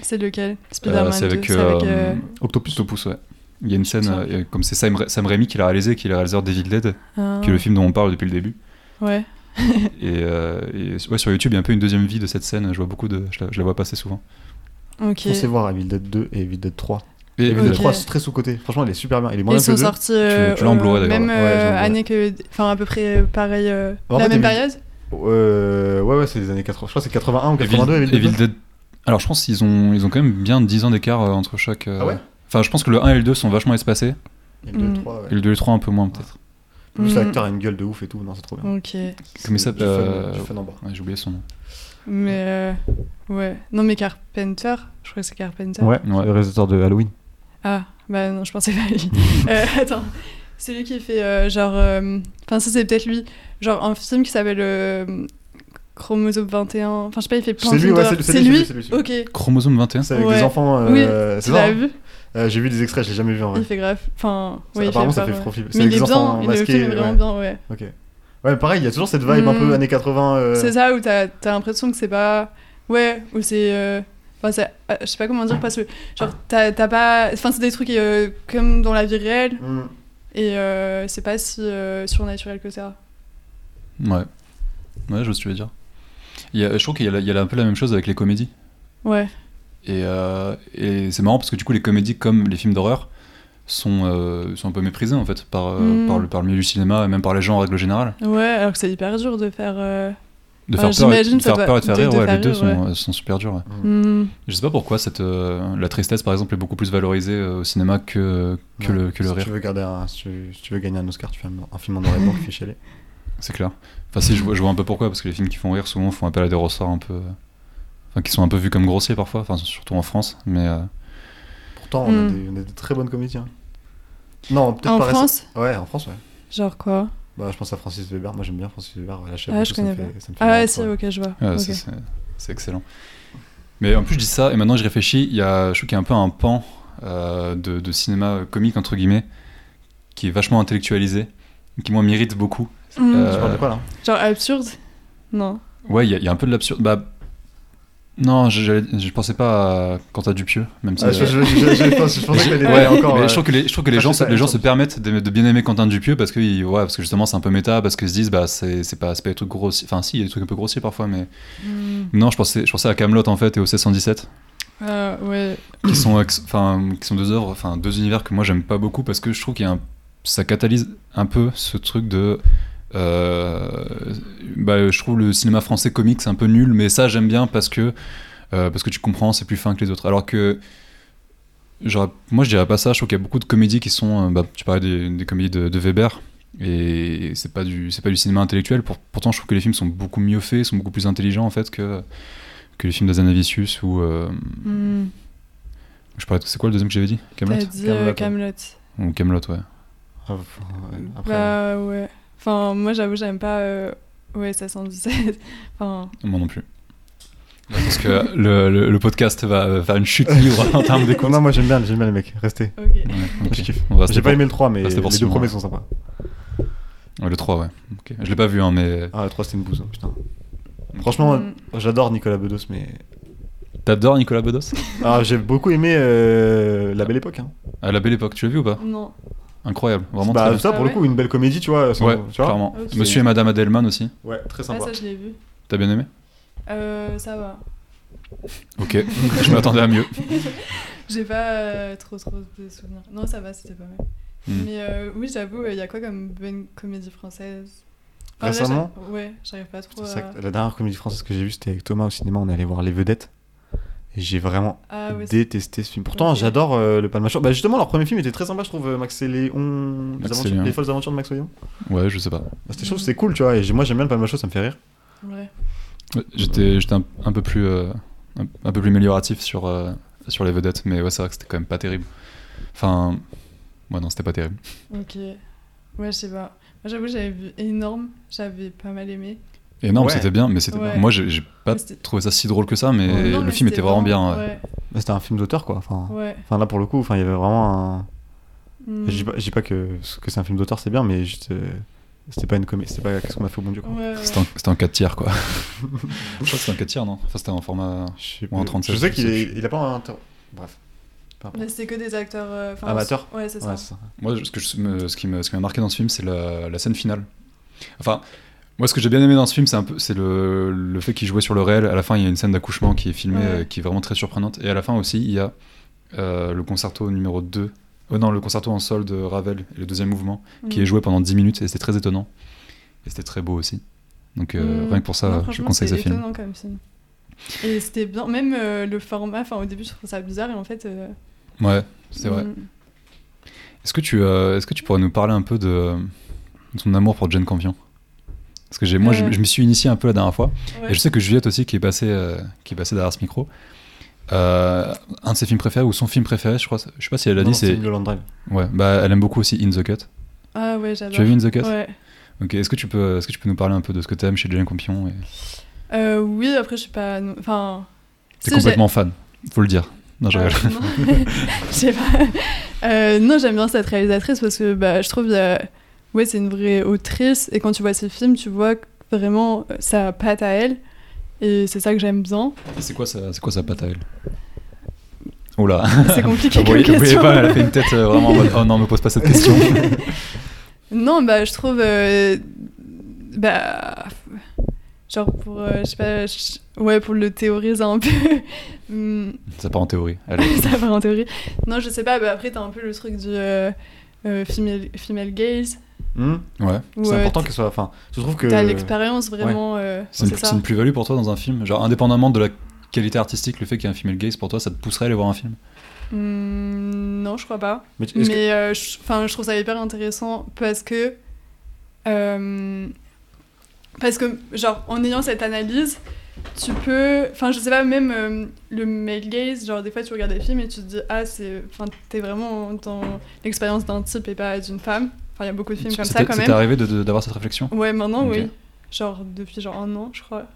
B: C'est lequel
A: Euh,
B: Spider-man
A: C'est
B: 2,
A: avec,
B: c'est avec, euh,
A: Octopus. Octopus, ouais. Il y a une scène,
B: sais
A: euh, euh, comme c'est Sam, Ra- Sam Raimi qui l'a réalisé, qui est le réalisateur Devil Dead,
B: euh, un-
A: qui est le film dont on parle depuis le début.
B: Ouais.
A: Et, euh, et- ouais, sur YouTube, il y a un peu une deuxième vie de cette scène. Je vois beaucoup de, je la- je la vois passer souvent.
B: Ok.
C: Foncez voir Evil Dead 2 et Evil Dead 3.
A: Et
C: Evil
B: Ok.
C: Dead 3, c'est très sous-côté. Franchement, il est super bien. Il est moins
B: Ils
C: bien que
B: sont
C: le 2.
B: sortis euh,
A: tu l'as en Blu-ray, d'ailleurs,
B: même
C: là. Ouais, je l'ai en
B: euh,
C: Blu-ray.
B: année que, enfin à peu près euh, pareil, euh,
C: En
B: la
C: fait,
B: même
C: Evil-
B: période.
C: Euh, ouais, ouais, c'est les années 80. Je crois que c'est 81 ou
A: Evil,
C: 82. Evil,
A: Evil
C: Dead.
A: Dead. Alors je pense qu'ils ont, ils ont quand même bien 10 ans d'écart euh, entre chaque. euh,
C: Ah ouais
A: Enfin, je pense que le 1 et le 2 sont vachement espacés,
C: Evil Dead
B: Mm.
C: 3, ouais.
A: et le 2 et le 3 un peu moins peut-être.
C: Plus
B: Mm.
C: l'acteur a une gueule de ouf et tout. Non, c'est trop bien.
B: Ok.
A: Comment il
C: C'est
A: s'appelle
C: du fun-
A: euh,
C: du fun en bras.
A: ouais, J'ai oublié son nom.
B: Mais euh, ouais. Non, mais Carpenter, je crois que c'est Carpenter.
E: Ouais,
A: Ouais.
E: le réalisateur de Halloween.
B: Ah, bah non, je pensais pas à lui. Euh, attends, c'est lui qui fait euh, genre. euh, Enfin, ça, c'est peut-être lui. Genre, un film qui s'appelle euh, Chromosome 21. Enfin, je sais pas, il fait plein
C: C'est
B: de
C: lui,
B: films
C: ouais,
B: d'horreur.
C: c'est lui, c'est lui, c'est lui, c'est lui.
B: Ok.
A: Chromosome 21
C: C'est avec
B: Ouais.
C: des enfants.
B: Oui,
C: euh,
B: Tu
C: c'est ça
B: l'as
C: hein
B: vu
C: Euh, J'ai vu des extraits, j'ai jamais vu en vrai.
B: Il fait grave. Enfin,
C: Ça,
B: ouais, il
C: apparemment,
B: fait
C: ça
B: peur,
C: fait
B: ouais.
C: profil. C'est
B: Mais
C: avec
B: il
C: des
B: est bien, il
C: enfants
B: est- le
C: masqués.
B: film est vraiment
C: ouais.
B: bien, ouais.
C: Ok. Ouais, pareil, il y a toujours cette vibe un
B: Mm.
C: peu années 80. euh,
B: C'est ça où t'as t'as l'impression que c'est pas. Ouais, où c'est. euh, Enfin, c'est- euh, je sais pas comment dire, parce que. Genre, t'as t'as pas. Enfin, c'est des trucs euh, comme dans la vie réelle,
C: mm.
B: et euh, c'est pas si euh, surnaturel que ça.
A: Ouais. Ouais, je vois ce que tu veux dire. Il y a- je trouve qu'il y a la- il y a un peu la même chose avec les comédies.
B: Ouais.
A: Et, euh, et c'est marrant parce que du coup, les comédies comme les films d'horreur sont, euh, sont un peu méprisés en fait par, euh,
B: Mm.
A: par, le, par le milieu du cinéma et même par les gens en règle générale.
B: Ouais, alors que c'est hyper dur de faire. euh,
A: De
B: Ah,
A: faire, peur, et,
B: j'imagine,
A: de
B: ça
A: faire
B: doit-
A: peur et de faire
B: de-
A: rire,
B: de
A: ouais,
B: faire
A: les deux
B: rire,
A: sont, sont super durs. ouais.
B: hmm,
A: Je sais pas pourquoi cette, euh, la tristesse par exemple est beaucoup plus valorisée euh, au cinéma que, que,
C: Ouais,
A: le, que le
C: si
A: rire.
C: Tu veux garder un- si, tu, si tu veux gagner un Oscar, tu fais un, un film en noir et blanc qui fait chialer.
A: C'est clair. Enfin, si, je vois, je vois un peu pourquoi, parce que les films qui font rire souvent font appel à des ressorts un peu. euh, Enfin, qui sont un peu vus comme grossiers parfois, enfin, surtout en France, mais. euh,
C: Pourtant, on, a
B: Mm.
C: des, on a des très bonnes comédiens. Non, peut-être
B: En
C: pas récem-
B: France
C: Ouais, en France, ouais.
B: Genre quoi
C: Bah, je pense à Francis Weber. Moi, j'aime bien Francis Weber. La chef,
B: Ah,
C: et
B: je
C: tout, ça me
B: connais
C: fait- ça me fait
B: Ah
C: marrer,
B: ouais,
C: tu
B: si,
C: vois.
B: ok, je vois.
A: Ouais,
B: Ok.
A: ça, c'est- C'est excellent. Mais en plus, je dis ça, et maintenant que je réfléchis, il y a, je trouve qu'il y a un peu un pan euh, de, de cinéma comique, entre guillemets, qui est vachement intellectualisé, qui, moi, m'irrite beaucoup.
B: Hmm.
A: Euh,
C: Tu parles de quoi là
B: Genre absurde Non.
A: Ouais, il y, a- il y a un peu de l'absurde. Bah, non, je, j'allais- je pensais pas à Quentin Dupieux, même si.
C: Ah, je,
A: euh,
C: je- je- je- je pense- je pensais que t'allais
A: Ouais,
C: dire encore.
A: mais
C: euh,
A: je trouve que les, je trouve que les
C: ça,
A: gens,
C: c'est pas
A: les gens
C: absurde.
A: se permettent de, de bien aimer Quentin Dupieux parce que, ils- ouais, parce que justement c'est un peu méta, parce qu'ils se disent bah c'est c'est pas, c'est pas des trucs grossiers. Enfin, si, il y a des trucs un peu grossiers parfois, mais.
B: Hmm.
A: Non, je pensais, je pensais à Camelot en fait et au C117,
B: Ah, ouais.
A: qui sont, ex- enfin, qui sont deux œuvres, enfin deux univers que moi j'aime pas beaucoup parce que je trouve qu'il y a un- ça catalyse un peu ce truc de. euh, bah, je trouve le cinéma français comique c'est un peu nul, mais ça j'aime bien parce que euh, parce que tu comprends, c'est plus fin que les autres. Alors que j'aurais- moi je dirais pas ça. Je trouve qu'il y a beaucoup de comédies qui sont, euh, bah, tu parlais des, des comédies de, de Weber et c'est pas du c'est pas du cinéma intellectuel. Pour- pourtant je trouve que les films sont beaucoup mieux faits, sont beaucoup plus intelligents en fait que que les films d'Azanavicius ou euh,
B: Hmm.
A: je parlais de- c'est quoi le deuxième que j'avais dit
B: T'as
A: Camelot
B: dit
C: Kaamelott,
B: euh,
C: ouais.
B: Kaamelott.
A: ou Camelot ouais.
C: ah, pff, ouais, Après,
B: Bah ouais. Enfin, moi j'avoue, j'aime pas. euh, Ouais, ça 117. enfin,
A: Moi non plus. Parce que le, le- le podcast va faire une chute libre en termes
C: euh,
A: d'écoute.
C: Non, moi j'aime bien, j'aime bien les mecs. Restez.
B: ok.
A: Ouais, ok.
C: Je kiffe.
A: On va rester
C: J'ai pas
A: Ah, pour-
C: aimé le 3, mais les
A: restez pour six
C: deux
A: mois.
C: premiers sont sympas.
A: Ouais, le 3, ouais. Ok. Je l'ai pas vu, hein, mais.
C: Ah, le 3, c'était une bouse, hein, putain. Franchement,
B: Hmm.
C: j'adore Nicolas Bedos, mais.
A: T'adores Nicolas Bedos
C: Ah, j'ai beaucoup aimé euh, La Belle Époque. Hein.
A: À la belle époque, tu l'as vu ou pas
B: Non.
C: Ah,
A: Incroyable, vraiment
C: bah,
A: très
C: ça, pour
B: Ah
C: le coup, une belle comédie, tu vois. euh, sans-
A: bien. Ouais,
C: tu vois
A: clairement.
B: Ok.
A: Monsieur et Madame Adelman aussi.
C: Ouais, très
B: Ah,
C: sympa.
B: ça, je l'ai vu.
A: T'as bien aimé
B: Euh, ça va.
A: Ok, je m'attendais à mieux.
B: J'ai pas euh, trop trop de souvenirs. Non, ça va, c'était pas mal.
C: Mm.
A: Hmm.
B: Mais euh, oui, j'avoue, il y a quoi comme bonne comédie française là,
C: Récemment
B: j'ai- Ouais, j'arrive pas trop
C: C'est
B: à.
C: ça que- la dernière comédie française que j'ai vue, c'était avec Thomas au cinéma. On est allé voir Les Vedettes. Et j'ai vraiment
B: Ah ouais, c'est-
C: détesté ce film. Pourtant,
B: Ok.
C: j'adore euh, Le Palmachon. Bah, justement, leur premier film était très sympa, je trouve. euh, Max et Léon. Les,
A: Max et
C: aventures-
A: Léon.
C: les folles aventures de Max et Léon.
A: Ouais, je sais pas.
C: Bah, c'était, je trouve que c'était cool, tu vois. Et j'ai- moi, j'aime bien Le Palmachon, ça me fait rire.
B: ouais.
A: Ouais, J'étais j'étais un, un peu plus. euh, un, un peu plus amélioratif sur, euh, sur les vedettes, mais ouais, c'est vrai que c'était quand même pas terrible. Enfin. Ouais, non, c'était pas terrible.
B: Ok. Ouais, je sais pas. Moi, j'avoue, j'avais vu énorme. J'avais pas mal aimé.
A: Énorme,
C: Ouais.
A: c'était bien, mais c'était.
B: Ouais.
A: Moi, j'ai j'ai pas
B: Mais c'était-
A: trouvé ça si drôle que ça, mais
C: Ouais.
B: Non,
A: le
B: mais
A: film était vraiment bien. ouais.
C: Bah, c'était un film d'auteur, quoi. Enfin,
B: Ouais. ouais.
C: enfin, là, pour le coup, enfin, il y avait vraiment un.
B: Hmm.
C: Je dis pas, je dis pas que, que c'est un film d'auteur, c'est bien, mais juste. euh, C'était pas une comédie. C'était pas. Qu'est-ce qu'on a fait au bon Dieu, quoi.
B: Ouais, ouais.
A: C'était en- C'était en 4 tiers, quoi. je crois que c'était en 4 tiers, non Enfin, c'était en format.
C: Je sais,
A: Ou en
C: plus.
A: 37,
C: Je sais
A: je
C: qu'il
A: sais
C: est,
A: plus.
C: il a pas un. inter- Bref. Peu importe.
B: Mais c'était que des acteurs. euh, enfin,
C: Amateurs
B: Ouais, c'est ça.
C: Ouais, c'est ça.
A: Moi, ce, que je- me- ce qui me- ce qui m'a marqué dans ce film, c'est la, la scène finale. Enfin, moi, ce que j'ai bien aimé dans ce film, c'est un peu, c'est le, le fait qu'il jouait sur le réel. À la fin, il y a une scène d'accouchement qui est filmée,
B: Ouais.
A: euh, qui est vraiment très surprenante. Et à la fin aussi, il y a euh, le concerto numéro 2. Oh non, le concerto en sol de Ravel, le deuxième mouvement, qui
B: Mm.
A: est joué pendant 10 minutes. Et c'était très étonnant. Et c'était très beau aussi. Donc, euh,
B: Mm.
A: rien que pour ça,
B: Non,
A: je
B: franchement,
A: conseille ce
B: c'était
A: film.
B: étonnant comme film. Et c'était bien, même euh, le format, enfin au début je trouvais ça bizarre et en fait... euh,
A: Ouais, c'est vrai.
B: mm,
A: Est-ce que, tu, euh, est-ce que tu pourrais nous parler un peu de, son amour pour John Campion. Parce que j'ai, moi, je,
B: Ouais.
A: je me suis initié un peu la dernière fois.
B: Euh. Ouais.
A: Et je sais que Juliette aussi, qui est passée, euh, qui est passée derrière ce micro, euh, un de ses films préférés, ou son film préféré, je crois, je sais pas si elle l'a
C: Non,
A: dit, c'est.
C: Mulholland Drive.
A: Ouais, bah, elle aime beaucoup aussi In the Cut.
B: Ah ouais, j'adore.
A: Tu as vu In the Cut
B: Ouais.
A: Ok, est-ce que, tu peux, est-ce que tu peux nous parler un peu de ce que t'aimes chez John Campion et...
B: Euh, oui, après, je sais pas. non- Enfin.
A: T'es
B: si, j'ai-
A: complètement fan, faut le dire. Non, je
B: Ah,
A: rigole.
B: non. Je sais pas. Euh, non, j'aime bien cette réalisatrice parce que bah, je trouve il y a- ouais, c'est une vraie autrice. Et quand tu vois ses films, tu vois que vraiment euh, sa patte à elle. Et c'est ça que j'aime bien.
A: C'est quoi, sa- c'est quoi sa patte à elle Oula,
B: C'est compliqué
A: vous voyez,
B: comme
A: vous voyez
B: question.
A: pas, elle a fait une tête euh, vraiment en mode Oh non, me pose pas cette question.
B: Non, bah, je trouve. euh, bah. Genre pour. euh, je sais pas. je- ouais, pour le théoriser un peu. Hum,
A: Ça part en théorie. Allez.
B: ça part en théorie. Non, je sais pas. Bah, après, t'as un peu le truc du. euh, euh, female, female gaze.
C: Hmm
A: Ouais.
B: où,
C: C'est
B: euh,
C: important qu'elle soit. Enfin, je trouve que.
B: T'as l'expérience vraiment. euh,
A: C'est une,
B: c'est
A: c'est
B: ça.
A: une plus-value pour toi dans un film Genre, indépendamment de la qualité artistique, le fait qu'il y ait un film gaze pour toi, ça te pousserait à aller voir un film
B: Hmm, non, je crois pas.
C: Mais tu- est-ce que-
B: Mais euh, je, 'fin, je trouve ça hyper intéressant parce que. euh, parce que, genre, en ayant cette analyse, tu peux. Enfin, je sais pas, même euh, le male gaze, genre, des fois tu regardes des films et tu te dis, ah, c'est. Enfin, t'es vraiment dans l'expérience d'un type et pas d'une femme. Enfin, il y a beaucoup de films comme ça
A: C'était
B: quand
A: c'était
B: même.
A: arrivé de- de- d'avoir cette réflexion
B: Ouais, maintenant,
A: Ok.
B: oui. Genre, depuis genre un an, je crois.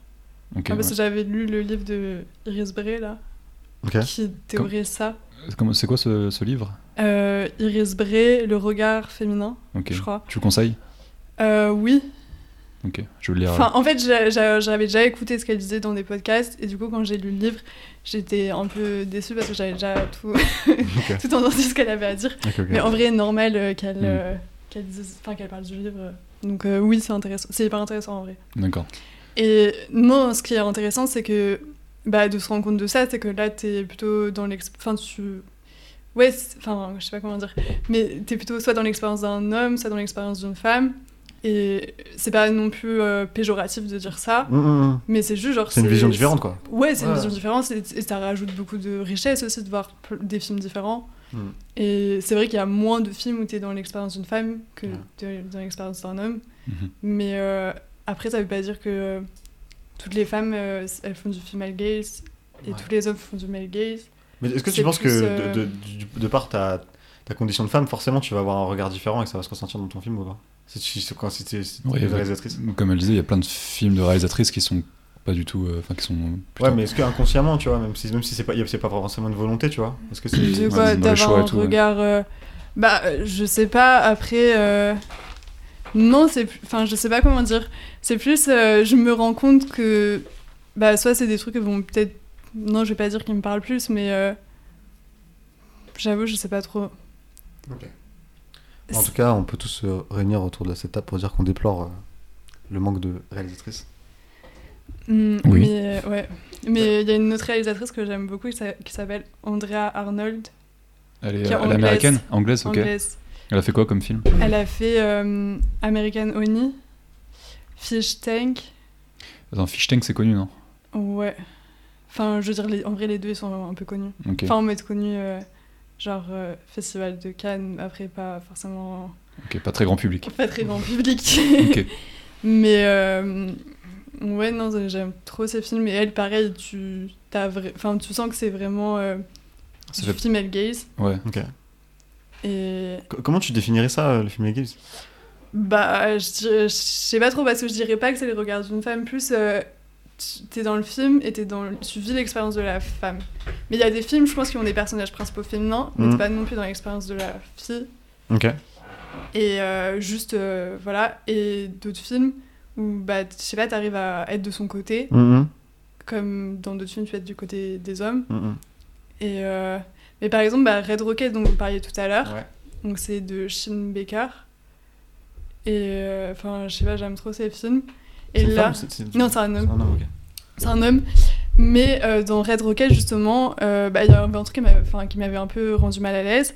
A: Ok,
B: Ah, parce
A: ouais.
B: que j'avais lu le livre de Iris Bray, là,
C: Ok.
B: qui théorise ça.
A: C'est comme- C'est quoi ce, ce livre
B: Euh, Iris Bray, le regard féminin,
A: Ok.
B: je crois.
A: Tu le conseilles
B: Euh, oui.
A: Ok, je vais le lire.
B: Enfin, en fait, j'a- j'a- j'avais déjà écouté ce qu'elle disait dans des podcasts, et du coup, quand j'ai lu le livre, j'étais un peu déçue parce que j'avais déjà tout, tout entendu ce qu'elle avait à dire.
C: Ok, ok.
B: Mais en vrai, normal euh, qu'elle
A: Mm.
B: euh, qu'elle dise- enfin, qu'elle parle du livre. Donc euh, oui, c'est intéressant. C'est hyper intéressant en vrai.
A: D'accord.
B: Et non, ce qui est intéressant, c'est que bah, de se rendre compte de ça, c'est que là, t'es plutôt dans l'expérience. Enfin, tu. Ouais, c'est- enfin, je sais pas comment dire. Mais t'es plutôt soit dans l'expérience d'un homme, soit dans l'expérience d'une femme. Et c'est pas non plus euh, péjoratif de dire ça,
C: Hmm, hmm, hmm.
B: mais Mm, c'est juste genre.
C: C'est une vision différente, quoi.
B: Ouais, c'est une
C: Ouais.
B: vision différente et, et ça rajoute beaucoup de richesse aussi de voir pl- des films différents.
C: Mm.
B: Et c'est vrai qu'il y a moins de films où tu es dans l'expérience d'une femme que
C: Ouais.
B: de- dans l'expérience d'un homme.
A: Mhm.
B: Mais euh, après, ça veut pas dire que euh, toutes les femmes, euh, elles font du female gaze et
C: Ouais.
B: tous les hommes font du male gaze.
C: Mais est-ce que tu
B: C'est
C: penses que
B: plus,
C: de,
B: euh,
C: de, du- de par ta, ta condition de femme, forcément, tu vas avoir un regard différent et que ça va se ressentir dans ton film ou pas Si tu si- quand- si t'es si t'es
A: Oui, oui.
C: réalisatrice.
A: Comme elle disait, il y a plein de films de réalisatrices qui sont pas du tout. euh, Enfin, qui sont. plutôt-
C: Ouais, mais est-ce que inconsciemment, tu vois, même si, même si c'est pas, y a- c'est pas forcément une volonté, tu vois Est-ce que c'est.
B: De
A: ouais,
B: quoi,
A: dans le
B: d'avoir
A: choix et
B: un
A: tout, ouais.
B: regard. euh, bah, euh, je sais pas, après. euh, non, c'est. plus- Enfin, je sais pas comment dire. C'est plus. euh, je me rends compte que. Bah, soit c'est des trucs qui vont peut-être. Non, je vais pas dire qu'ils me parlent plus, mais. euh, J'avoue, je sais pas trop.
C: En tout cas, on peut tous se réunir autour de la cette table pour dire qu'on déplore euh, le manque de réalisatrices.
B: Hmm,
A: Oui.
B: Mais euh, ouais. Mais il y a une autre réalisatrice que j'aime beaucoup qui s'a- qui s'appelle Andrea Arnold,
A: Elle est,
B: qui est
A: euh, elle est américaine Anglaise, ok.
B: anglaise.
A: Elle a fait quoi comme film
B: Elle a fait euh, American Honey, Fish Tank.
A: Attends, Fish Tank, c'est connu, non
B: Ouais. Enfin, je veux dire, les- en vrai, les deux, ils sont un peu connus.
A: Ok.
B: Enfin, en mode connus, euh, genre euh, Festival de Cannes, après, pas forcément.
A: Ok, pas très grand public.
B: pas très grand public.
A: Ok.
B: Mais. euh, ouais, non, ça, j'aime trop ces films. Et elle, pareil, tu, t'as vra- enfin, tu sens que c'est vraiment euh,
A: Ça
B: du
A: fait-
B: female gaze.
A: Ouais.
C: Ok.
B: Et.
C: Co- comment tu définirais ça, euh, le film Les Gibbs
B: Bah, je, dirais- je sais pas trop parce que je dirais pas que c'est le regard d'une femme. Plus, euh, tu- t'es dans le film et t'es dans, le- tu vis l'expérience de la femme. Mais il y a des films, je pense, qui ont des personnages principaux féminins, mais
C: Mhm.
B: t'es pas non plus dans l'expérience de la fille.
C: Ok.
B: Et euh, juste, euh, voilà. Et d'autres films où, bah, je sais pas, t'arrives à être de son côté,
C: Mhm,
B: comme dans d'autres films, tu es du côté des hommes.
C: mhm.
B: Et, euh, mais par exemple, bah, Red Rocket, dont vous parliez tout à l'heure,
C: Ouais.
B: donc c'est de Shin Baker. Et euh, enfin, je sais pas, j'aime trop ces films.
C: C'est
B: Et
C: une
B: là,
C: femme, c'est- c'est-
B: non, c'est un
C: c'est
B: homme.
C: un homme, ok.
B: C'est un homme. Mais euh, dans Red Rocket, justement, euh, bah, il y a un truc qui m'avait, enfin, qui m'avait un peu rendu mal à l'aise.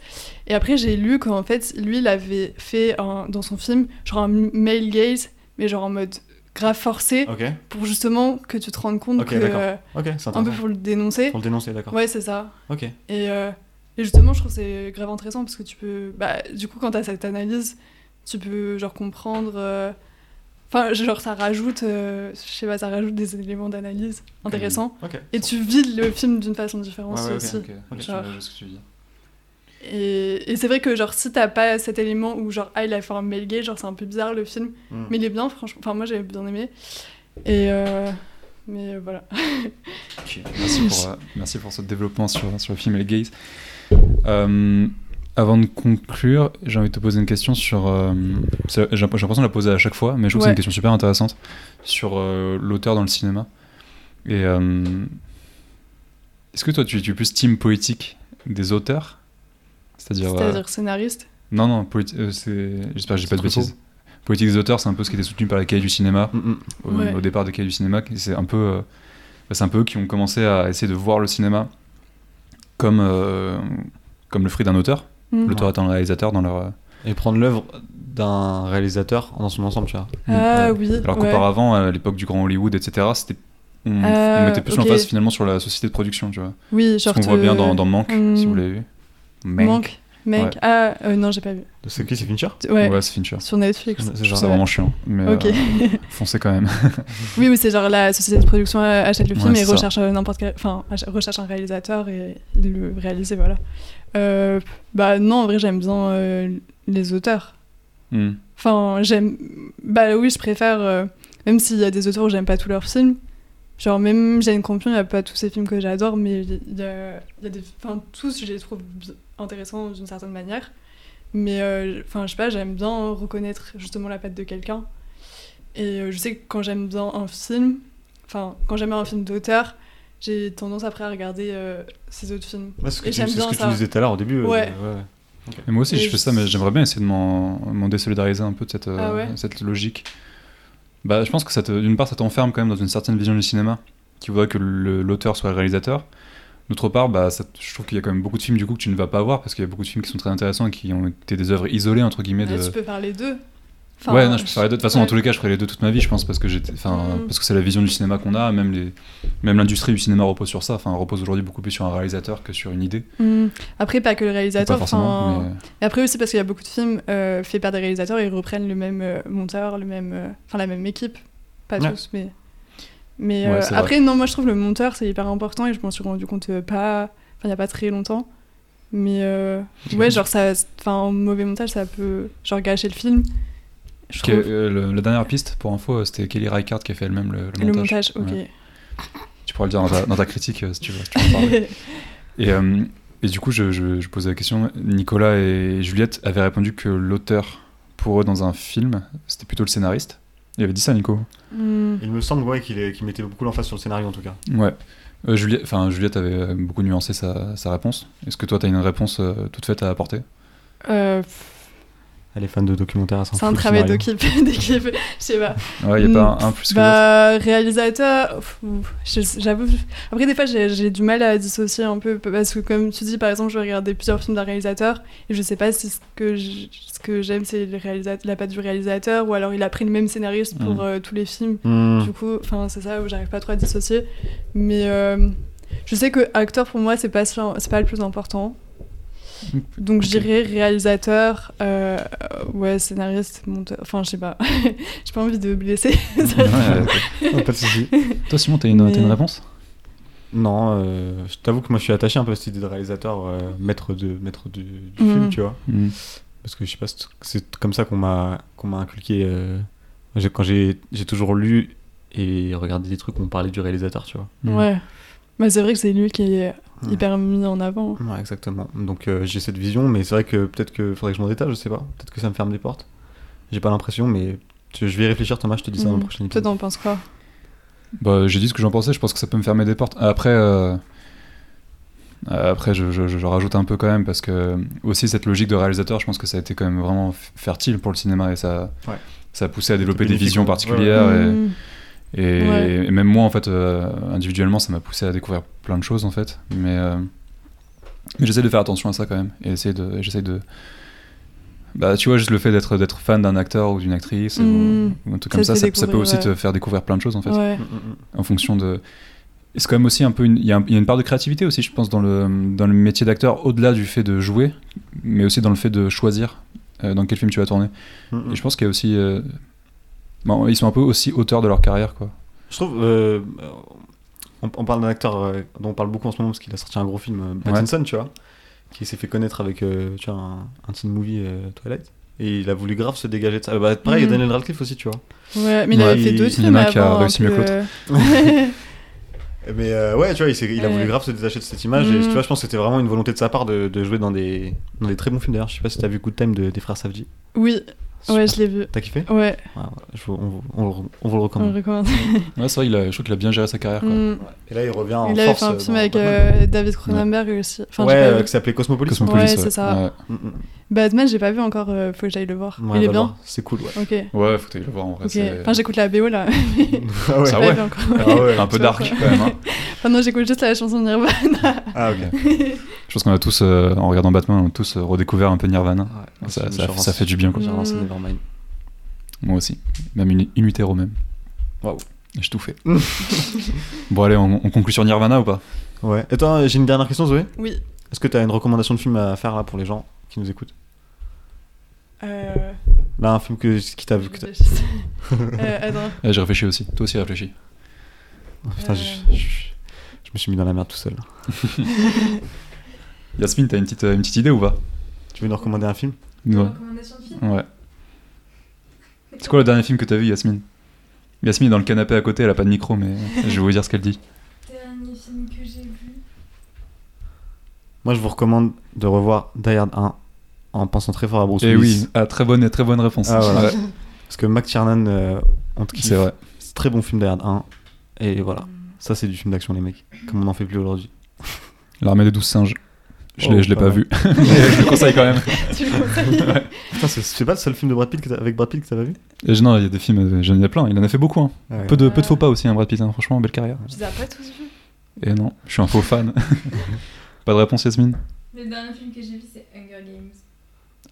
B: Et après, j'ai lu qu'en fait, lui, il avait fait un- dans son film, genre un male gaze, mais genre en mode grave forcé,
C: Ok,
B: pour justement que tu te rendes compte
C: Ok,
B: que.
C: d'accord.
B: euh,
C: ok, c'est
B: un peu
C: intéressant.
B: pour le dénoncer.
C: Pour le dénoncer, d'accord.
B: Ouais, c'est ça.
C: Ok.
B: Et, euh, et justement, je trouve que c'est grave intéressant parce que tu peux. Bah, du coup, quand t'as cette analyse, tu peux genre comprendre. euh, Enfin, genre, ça rajoute, euh, je sais pas, ça rajoute des éléments d'analyse intéressants.
C: Ok.
B: Et tu vis le film d'une façon différente
A: Mmh, ouais, ouais, ok,
B: aussi.
A: ok.
C: Ok.
A: Je vois ce que tu veux dire.
B: Et, et c'est vrai que, genre, si t'as pas cet élément où, genre, ah, il a fait un male gay, genre, c'est un peu bizarre le
A: Mmh.
B: film.
C: Hmm.
B: Mais il est bien, franchement. Enfin, moi, j'avais bien aimé. Et. euh, Mais euh, voilà.
A: Ok, Merci, pour, euh, merci pour ce développement sur, sur le film El Gaze. Euh, avant de conclure, j'ai envie de te poser une question sur. euh, c'est- j'ai l'impression de la poser à chaque fois, mais je trouve que c'est
B: Ouais.
A: une question super intéressante sur euh, l'auteur dans le cinéma. Et euh, est-ce que toi, tu, tu es plus team poétique des auteurs C'est-à-dire. euh,
B: C'est-à-dire scénariste.
A: non, non, poéti- euh, c'est- j'espère que j'ai pas de
C: Truffaut.
A: bêtises. Poétique des auteurs, c'est un peu ce qui était soutenu par la cahier du cinéma
C: Mm, mm.
A: au,
B: Ouais.
A: au départ de Cahiers du cinéma. qui- C'est un peu, euh, c'est un peu eux qui ont commencé à essayer de voir le cinéma comme euh, comme le fruit d'un auteur,
B: Hmm.
A: l'auteur étant le réalisateur dans leur. euh,
C: Et prendre l'œuvre d'un réalisateur dans son ensemble, tu vois.
B: Ah oui.
A: Alors
B: ouais.
A: qu'auparavant, à l'époque du grand Hollywood, etc., c'était on,
B: Euh,
A: on mettait plus
B: ok.
A: l'emphase finalement sur la société de production, tu vois.
B: Oui,
A: Ce
B: genre.
A: qu'on voit
B: te-
A: bien dans, dans Manque, si
B: Hmm.
A: vous l'avez vu.
B: Manque. Mec.
A: Ouais.
B: Ah, euh, non, j'ai pas vu.
C: De ce qui c'est Fincher
A: Ouais,
B: Ouais,
A: c'est Fincher.
B: sur Netflix.
C: C'est
A: Je trouve
C: genre-
A: ça vraiment chiant, mais
B: Ok.
A: euh, foncez quand même.
B: oui, oui, c'est genre la société de production euh, achète le film
A: Ouais,
B: et
A: c'est ça.
B: recherche euh, n'importe quel. Enfin, ach- recherche un réalisateur et il le réalise, et voilà. Euh, bah, non, en vrai, j'aime bien euh, les auteurs.
A: Hmm.
B: Enfin, j'aime. Bah oui, je préfère. euh, même s'il y a des auteurs où j'aime pas tous leurs films. Genre, même Jane Campion, il n'y a pas tous ces films que j'adore, mais il y a, il y a des. Enfin, tous, je les trouve bi- intéressants d'une certaine manière. Mais, euh, enfin, je sais pas, j'aime bien reconnaître justement la patte de quelqu'un. Et euh, je sais que quand j'aime bien un film, enfin, quand j'aime bien un film d'auteur, j'ai tendance après à regarder euh, ses autres films.
C: Ouais, c'est ce que,
B: Et
C: tu,
B: j'aime
C: c'est ce
B: bien
C: que tu
B: ça.
C: disais tout à l'heure au début. euh,
B: Ouais.
A: Et moi aussi,
B: Et
A: je fais ça, mais j'aimerais bien essayer de m'en m'en désolidariser un peu de cette, euh,
B: Ah ouais
A: cette logique. Bah, je pense que ça te- d'une part, ça t'enferme quand même dans une certaine vision du cinéma, qui voudrait que le- l'auteur soit le réalisateur. D'autre part, bah, ça- je trouve qu'il y a quand même beaucoup de films du coup que tu ne vas pas voir, parce qu'il y a beaucoup de films qui sont très intéressants et qui ont été des œuvres isolées, entre guillemets.
B: Là,
A: de-
B: tu peux faire les deux.
A: ouais, non, je préfère les deux. De toute façon,
B: ouais.
A: dans tous les cas, je ferai les deux toute ma vie, je pense, parce que j'étais, enfin,
B: Mm.
A: parce que c'est la vision du cinéma qu'on a, même les, même l'industrie du cinéma repose sur ça. Enfin, repose aujourd'hui beaucoup plus sur un réalisateur que sur une idée.
B: Hmm. Après, pas que le
A: Pas
B: réalisateur.
A: forcément.
B: enfin,
A: mais- euh,
B: Et après aussi parce qu'il y a beaucoup de films euh, faits par des réalisateurs, ils reprennent le même euh, monteur, le même, euh, enfin la même équipe, pas
A: Ouais.
B: tous, mais mais
A: Ouais,
B: euh,
A: c'est vrai.
B: après non, moi je trouve le monteur c'est hyper important et je m'en suis rendu compte euh, pas, enfin il y a pas très longtemps, mais euh, ouais genre ça, enfin un mauvais montage ça peut genre gâcher le film. Je
A: Que-
B: trouve.
A: euh, le- la dernière piste, pour info, euh, c'était Kelly Reichardt qui a fait elle-même le, le
B: le
A: montage.
B: montage, ok.
A: Ouais. Tu pourras le dire dans ta, dans ta critique euh, si tu veux. si tu veux en parler. et, euh, et du coup, je, je- je posais la question. Nicolas et Juliette avaient répondu que l'auteur, pour eux, dans un film, c'était plutôt le scénariste. Il avait dit ça, Nico
B: Hmm.
C: Il me semble ouais, qu'il est- qu'il mettait beaucoup l'emphase sur le scénario en tout cas.
A: Ouais. Euh, Juliette, enfin, Juliette avait euh, beaucoup nuancé sa, sa réponse. Est-ce que toi, tu as une réponse euh, toute faite à apporter
B: Euh,
C: Elle est fan de documentaires,
B: c'est un travail d'équipe, d'équipe, je sais pas.
A: Ouais, il n'y a pas
B: Hmm,
A: un, un plus que l'autre.
B: bah, réalisateur, pff, je- j'avoue. Après, des fois, j'ai j'ai du mal à dissocier un peu parce que, comme tu dis, par exemple, je vais regarder plusieurs films d'un réalisateur et je sais pas si ce que je- ce que j'aime, c'est le réalisa- la patte du réalisateur ou alors il a pris le même scénariste pour
A: Mhm.
B: euh, tous les films.
A: Mmh.
C: Hmm.
B: Du coup, enfin, c'est ça où j'arrive pas trop à dissocier. Mais euh, je sais que acteur pour moi, c'est pas si- c'est pas le plus important. Donc je
A: Ok.
B: dirais réalisateur, euh, ouais scénariste, monteur, enfin je sais pas, j'ai pas envie de blesser.
A: Ouais,
C: Ah, pas de soucis.
A: Toi, Simon, tu as une,
B: Mais-
A: t'as une réponse
C: Non, euh, je t'avoue que moi je suis attaché un peu à cette idée de réalisateur, euh, maître, de, maître du, du
B: Mhm.
C: film, tu vois.
A: Hmm.
C: Parce que je sais pas, c'est- c'est comme ça qu'on m'a qu'on m'a inculqué. euh, j'ai- quand j'ai j'ai toujours lu et regardé des trucs où on parlait du réalisateur, tu vois.
A: Hmm.
B: Ouais. Bah, c'est vrai que c'est lui qui est
C: Mm. Ouais.
B: hyper mis en avant.
C: Ouais, exactement. Donc euh, j'ai cette vision, mais c'est vrai que peut-être que faudrait que je m'en détache, je sais pas. Peut-être que ça me ferme des portes. J'ai pas l'impression, mais tu- je vais y réfléchir, Thomas, je te dis ça dans le
B: Mhm.
C: prochain
B: Toi,
C: épisode.
B: t'en penses quoi
A: Bah, j'ai dit ce que j'en pensais, je pense que ça peut me fermer des portes. Après, euh, euh, après je, je- je- je rajoute un peu quand même, parce que euh, aussi cette logique de réalisateur, je pense que ça a été quand même vraiment f- fertile pour le cinéma et ça,
C: Ouais.
A: ça a poussé à développer
C: C'était
A: des
C: bénéfique,
A: visions
C: ouais.
A: particulières. et-
B: Mmh.
A: Et,
B: Ouais.
A: et même moi, en fait, euh, individuellement, ça m'a poussé à découvrir plein de choses, en fait. Mais, euh, mais j'essaie de faire attention à ça quand même. Et essayer de, et j'essaie de. Bah, tu vois, juste le fait d'être d'être fan d'un acteur ou d'une actrice
B: Mm.
A: ou, ou un truc
B: Ça
A: comme
B: te
A: ça,
B: fait
A: ça, ça peut
B: découvrir,
A: aussi
B: ouais.
A: te faire découvrir plein de choses, en fait.
B: Ouais.
C: Mhm, mhm.
A: En fonction de. Et C'est quand même aussi un peu. une- Il y, a un- il y a une part de créativité aussi, je pense, dans le, dans le métier d'acteur, au-delà du fait de jouer, mais aussi dans le fait de choisir euh, dans quel film tu vas tourner.
C: Mm, mm.
A: Et je pense qu'il y a aussi. euh, bon, ils sont un peu aussi auteurs de leur carrière, quoi.
C: Je trouve. euh, euh, on, on parle d'un acteur euh, dont on parle beaucoup en ce moment parce qu'il a sorti un gros film, euh, Pattinson, tu vois, qui s'est fait connaître avec euh, tu vois, un, un teen movie euh, Twilight. Et il a voulu grave se dégager de ça. Bah, pareil, il y a
B: Mhm.
C: Daniel Radcliffe aussi, tu vois.
B: Ouais, mais il
A: Ouais,
B: avait fait
C: il-
B: deux
C: il y
A: en
B: films
A: a un qui a
B: avant, un
A: réussi mieux que
B: peu, euh,
C: Mais euh, ouais, tu vois, il, s'est- il a
B: Ouais.
C: voulu grave se détacher de cette image. Et
B: Mhm.
C: tu vois, je pense que c'était vraiment une volonté de sa part de, de jouer dans des, dans des très bons films d'ailleurs. Je sais pas si t'as vu Good Time de- des frères Safdie.
B: Oui, ouais, je l'ai vu.
C: T'as kiffé
B: Ouais,
C: Ouais, ouais, je vous- on, vous- on vous- on
B: on
C: vous le
B: le
C: recommande.
B: recommande.
A: Ouais, c'est vrai, il a- je trouve qu'il a bien géré sa carrière, quoi.
B: Mm.
C: Et là, il revient en
B: Il avait
C: force.
B: fait un
C: euh,
B: film
C: dans
B: avec
C: Batman.
B: euh, David Cronenberg aussi. Enfin,
C: ouais,
B: j'ai pas
C: euh,
B: vu.
C: qui s'appelait Cosmopolis.
A: Cosmopolis,
B: Ouais, c'est ça.
A: Ouais,
C: Mhm.
B: Batman, j'ai pas vu encore, euh, faut que j'aille le voir. il
C: Ouais,
B: est
C: va le
B: bien
C: voir. C'est cool, ouais.
B: Ok.
A: Ouais, faut que t'ailles le voir en vrai.
B: Ok,
A: c'est-
B: enfin j'écoute la BO là. mais
C: Ah ouais.
A: Ça,
B: j'ai
A: ouais.
B: pas vu encore.
C: Ah ouais.
A: un peu
B: Tu
A: dark
B: vois,
A: quand même. hein.
B: Enfin non, j'écoute juste la chanson de Nirvana.
C: Ah, ok.
A: Je pense qu'on a tous, euh, en regardant Batman, on a tous euh, redécouvert un peu Nirvana.
C: Ouais,
A: Ça-
C: je me
A: ça-
C: suis rense-
A: ça fait du bien, quoi.
C: je me suis renseigné
B: Mm.
C: vers Mine.
A: Moi aussi. Même une, une utéro même.
C: Waouh.
A: J'ai tout fait. bon, allez, on, on conclut sur Nirvana ou pas
C: Ouais. Et toi, j'ai une dernière question, Zoé.
B: Oui.
C: Est-ce que t'as une recommandation de film à faire là pour les gens qui nous écoutent
B: Euh,
C: Là, un film que, qui t'a vu. Que
B: je
C: t'as-
B: réfléchis. Euh, attends.
A: Eh, J'ai réfléchi aussi. Toi aussi, réfléchis.
C: Oh, putain,
B: Euh.
C: je, je- je me suis mis dans la merde tout seul.
A: Yasmine, t'as une petite, euh, une petite idée ou pas
C: Tu veux nous recommander un film
D: Des
A: Ouais.
D: recommandations de films
A: Ouais. C'est quoi le dernier film que t'as vu, Yasmine Yasmine est dans le canapé à côté, elle a pas de micro, mais je vais vous dire ce qu'elle dit.
D: Dernier film que j'ai vu.
C: Moi, je vous recommande de revoir Die Hard 1 en pensant très fort à Bruce
A: Eh
C: Willis.
A: oui, ah, très bonne et très bonne réponse.
C: Ah, voilà.
A: Ouais,
C: Parce que Mac Tiernan, euh, on te kiffe.
A: c'est vrai.
C: C'est très bon film Die Hard 1. Et voilà. Ça, c'est du film d'action, les mecs. Comme on n'en fait plus aujourd'hui.
A: L'armée des douze singes. Je
C: Oh,
A: l'ai je l'ai
C: pas
A: pas
C: mal.
A: vu, mais je le conseille quand même.
B: Tu le conseilles
C: Putain, c'est- c'est pas le seul film de Brad Pitt que t'as- avec Brad Pitt que t'avais vu
A: Et je- non, il y a des films, euh, j'en ai plein, il en a fait beaucoup. hein.
C: Ouais.
A: Peu, de, peu de faux pas aussi, hein, Brad Pitt, hein, franchement, belle carrière.
B: Je les ai pas tous vus.
A: Et non, je suis un faux fan. pas de réponse, Yasmine
D: Le dernier film que j'ai vu, c'est Hunger Games.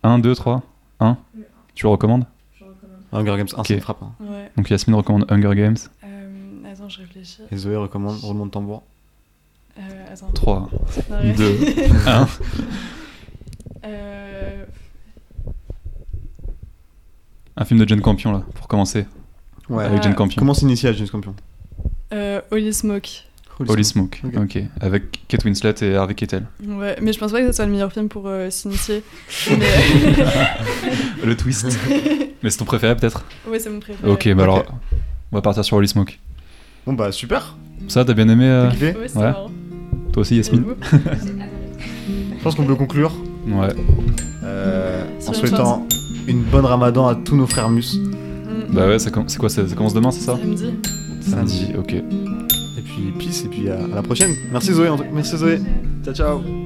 A: 1, 2, 3, 1.
D: Le un.
A: Tu le recommandes
D: Je recommande.
C: Ah, Hunger Games 1,
A: Ok.
C: c'est une frappe. hein.
B: Ouais.
A: Donc Yasmine recommande Hunger Games
B: Euh, attends, je réfléchis.
C: Et Zoé recommande Roulement de tambour.
B: Euh, attends.
A: 3,
B: Non, ouais.
A: 2, 1.
B: Euh,
A: Un film de John Campion, là, pour commencer,
C: Ouais.
A: avec
B: Ah.
A: John Campion.
C: Comment s'initier à James Campion
B: euh, Holy Smoke.
A: Holy Smoke,
C: Ok.
A: ok. Avec Kate Winslet et Harvey Keitel.
B: Ouais, mais je pense pas que ce soit le meilleur film pour euh, s'initier.
A: Le twist. Mais c'est ton préféré, peut-être
B: Ouais, c'est mon préféré.
A: Ok, bah alors, on va partir sur Holy Smoke.
C: Bon bah super.
A: Ça, t'as bien aimé, euh,
C: T'as kiffé
B: Ouais, c'est
A: Ouais.
B: marrant. Mm,
A: toi aussi,
B: Et
A: Yasmine
B: vous
D: J'ai adoré.
C: Je pense qu'on peut conclure
A: Ouais,
C: euh,
B: Sur
C: en
B: une
C: souhaitant une bonne Ramadan à tous nos frères mus.
B: Mm.
A: bah ouais, ça, com- c'est quoi ça, ça commence demain, c'est ça
B: Samedi.
A: Samedi, ok.
C: Et puis peace et puis à, à la prochaine. Merci Zoé. en tout- Merci Zoé. Ciao ciao.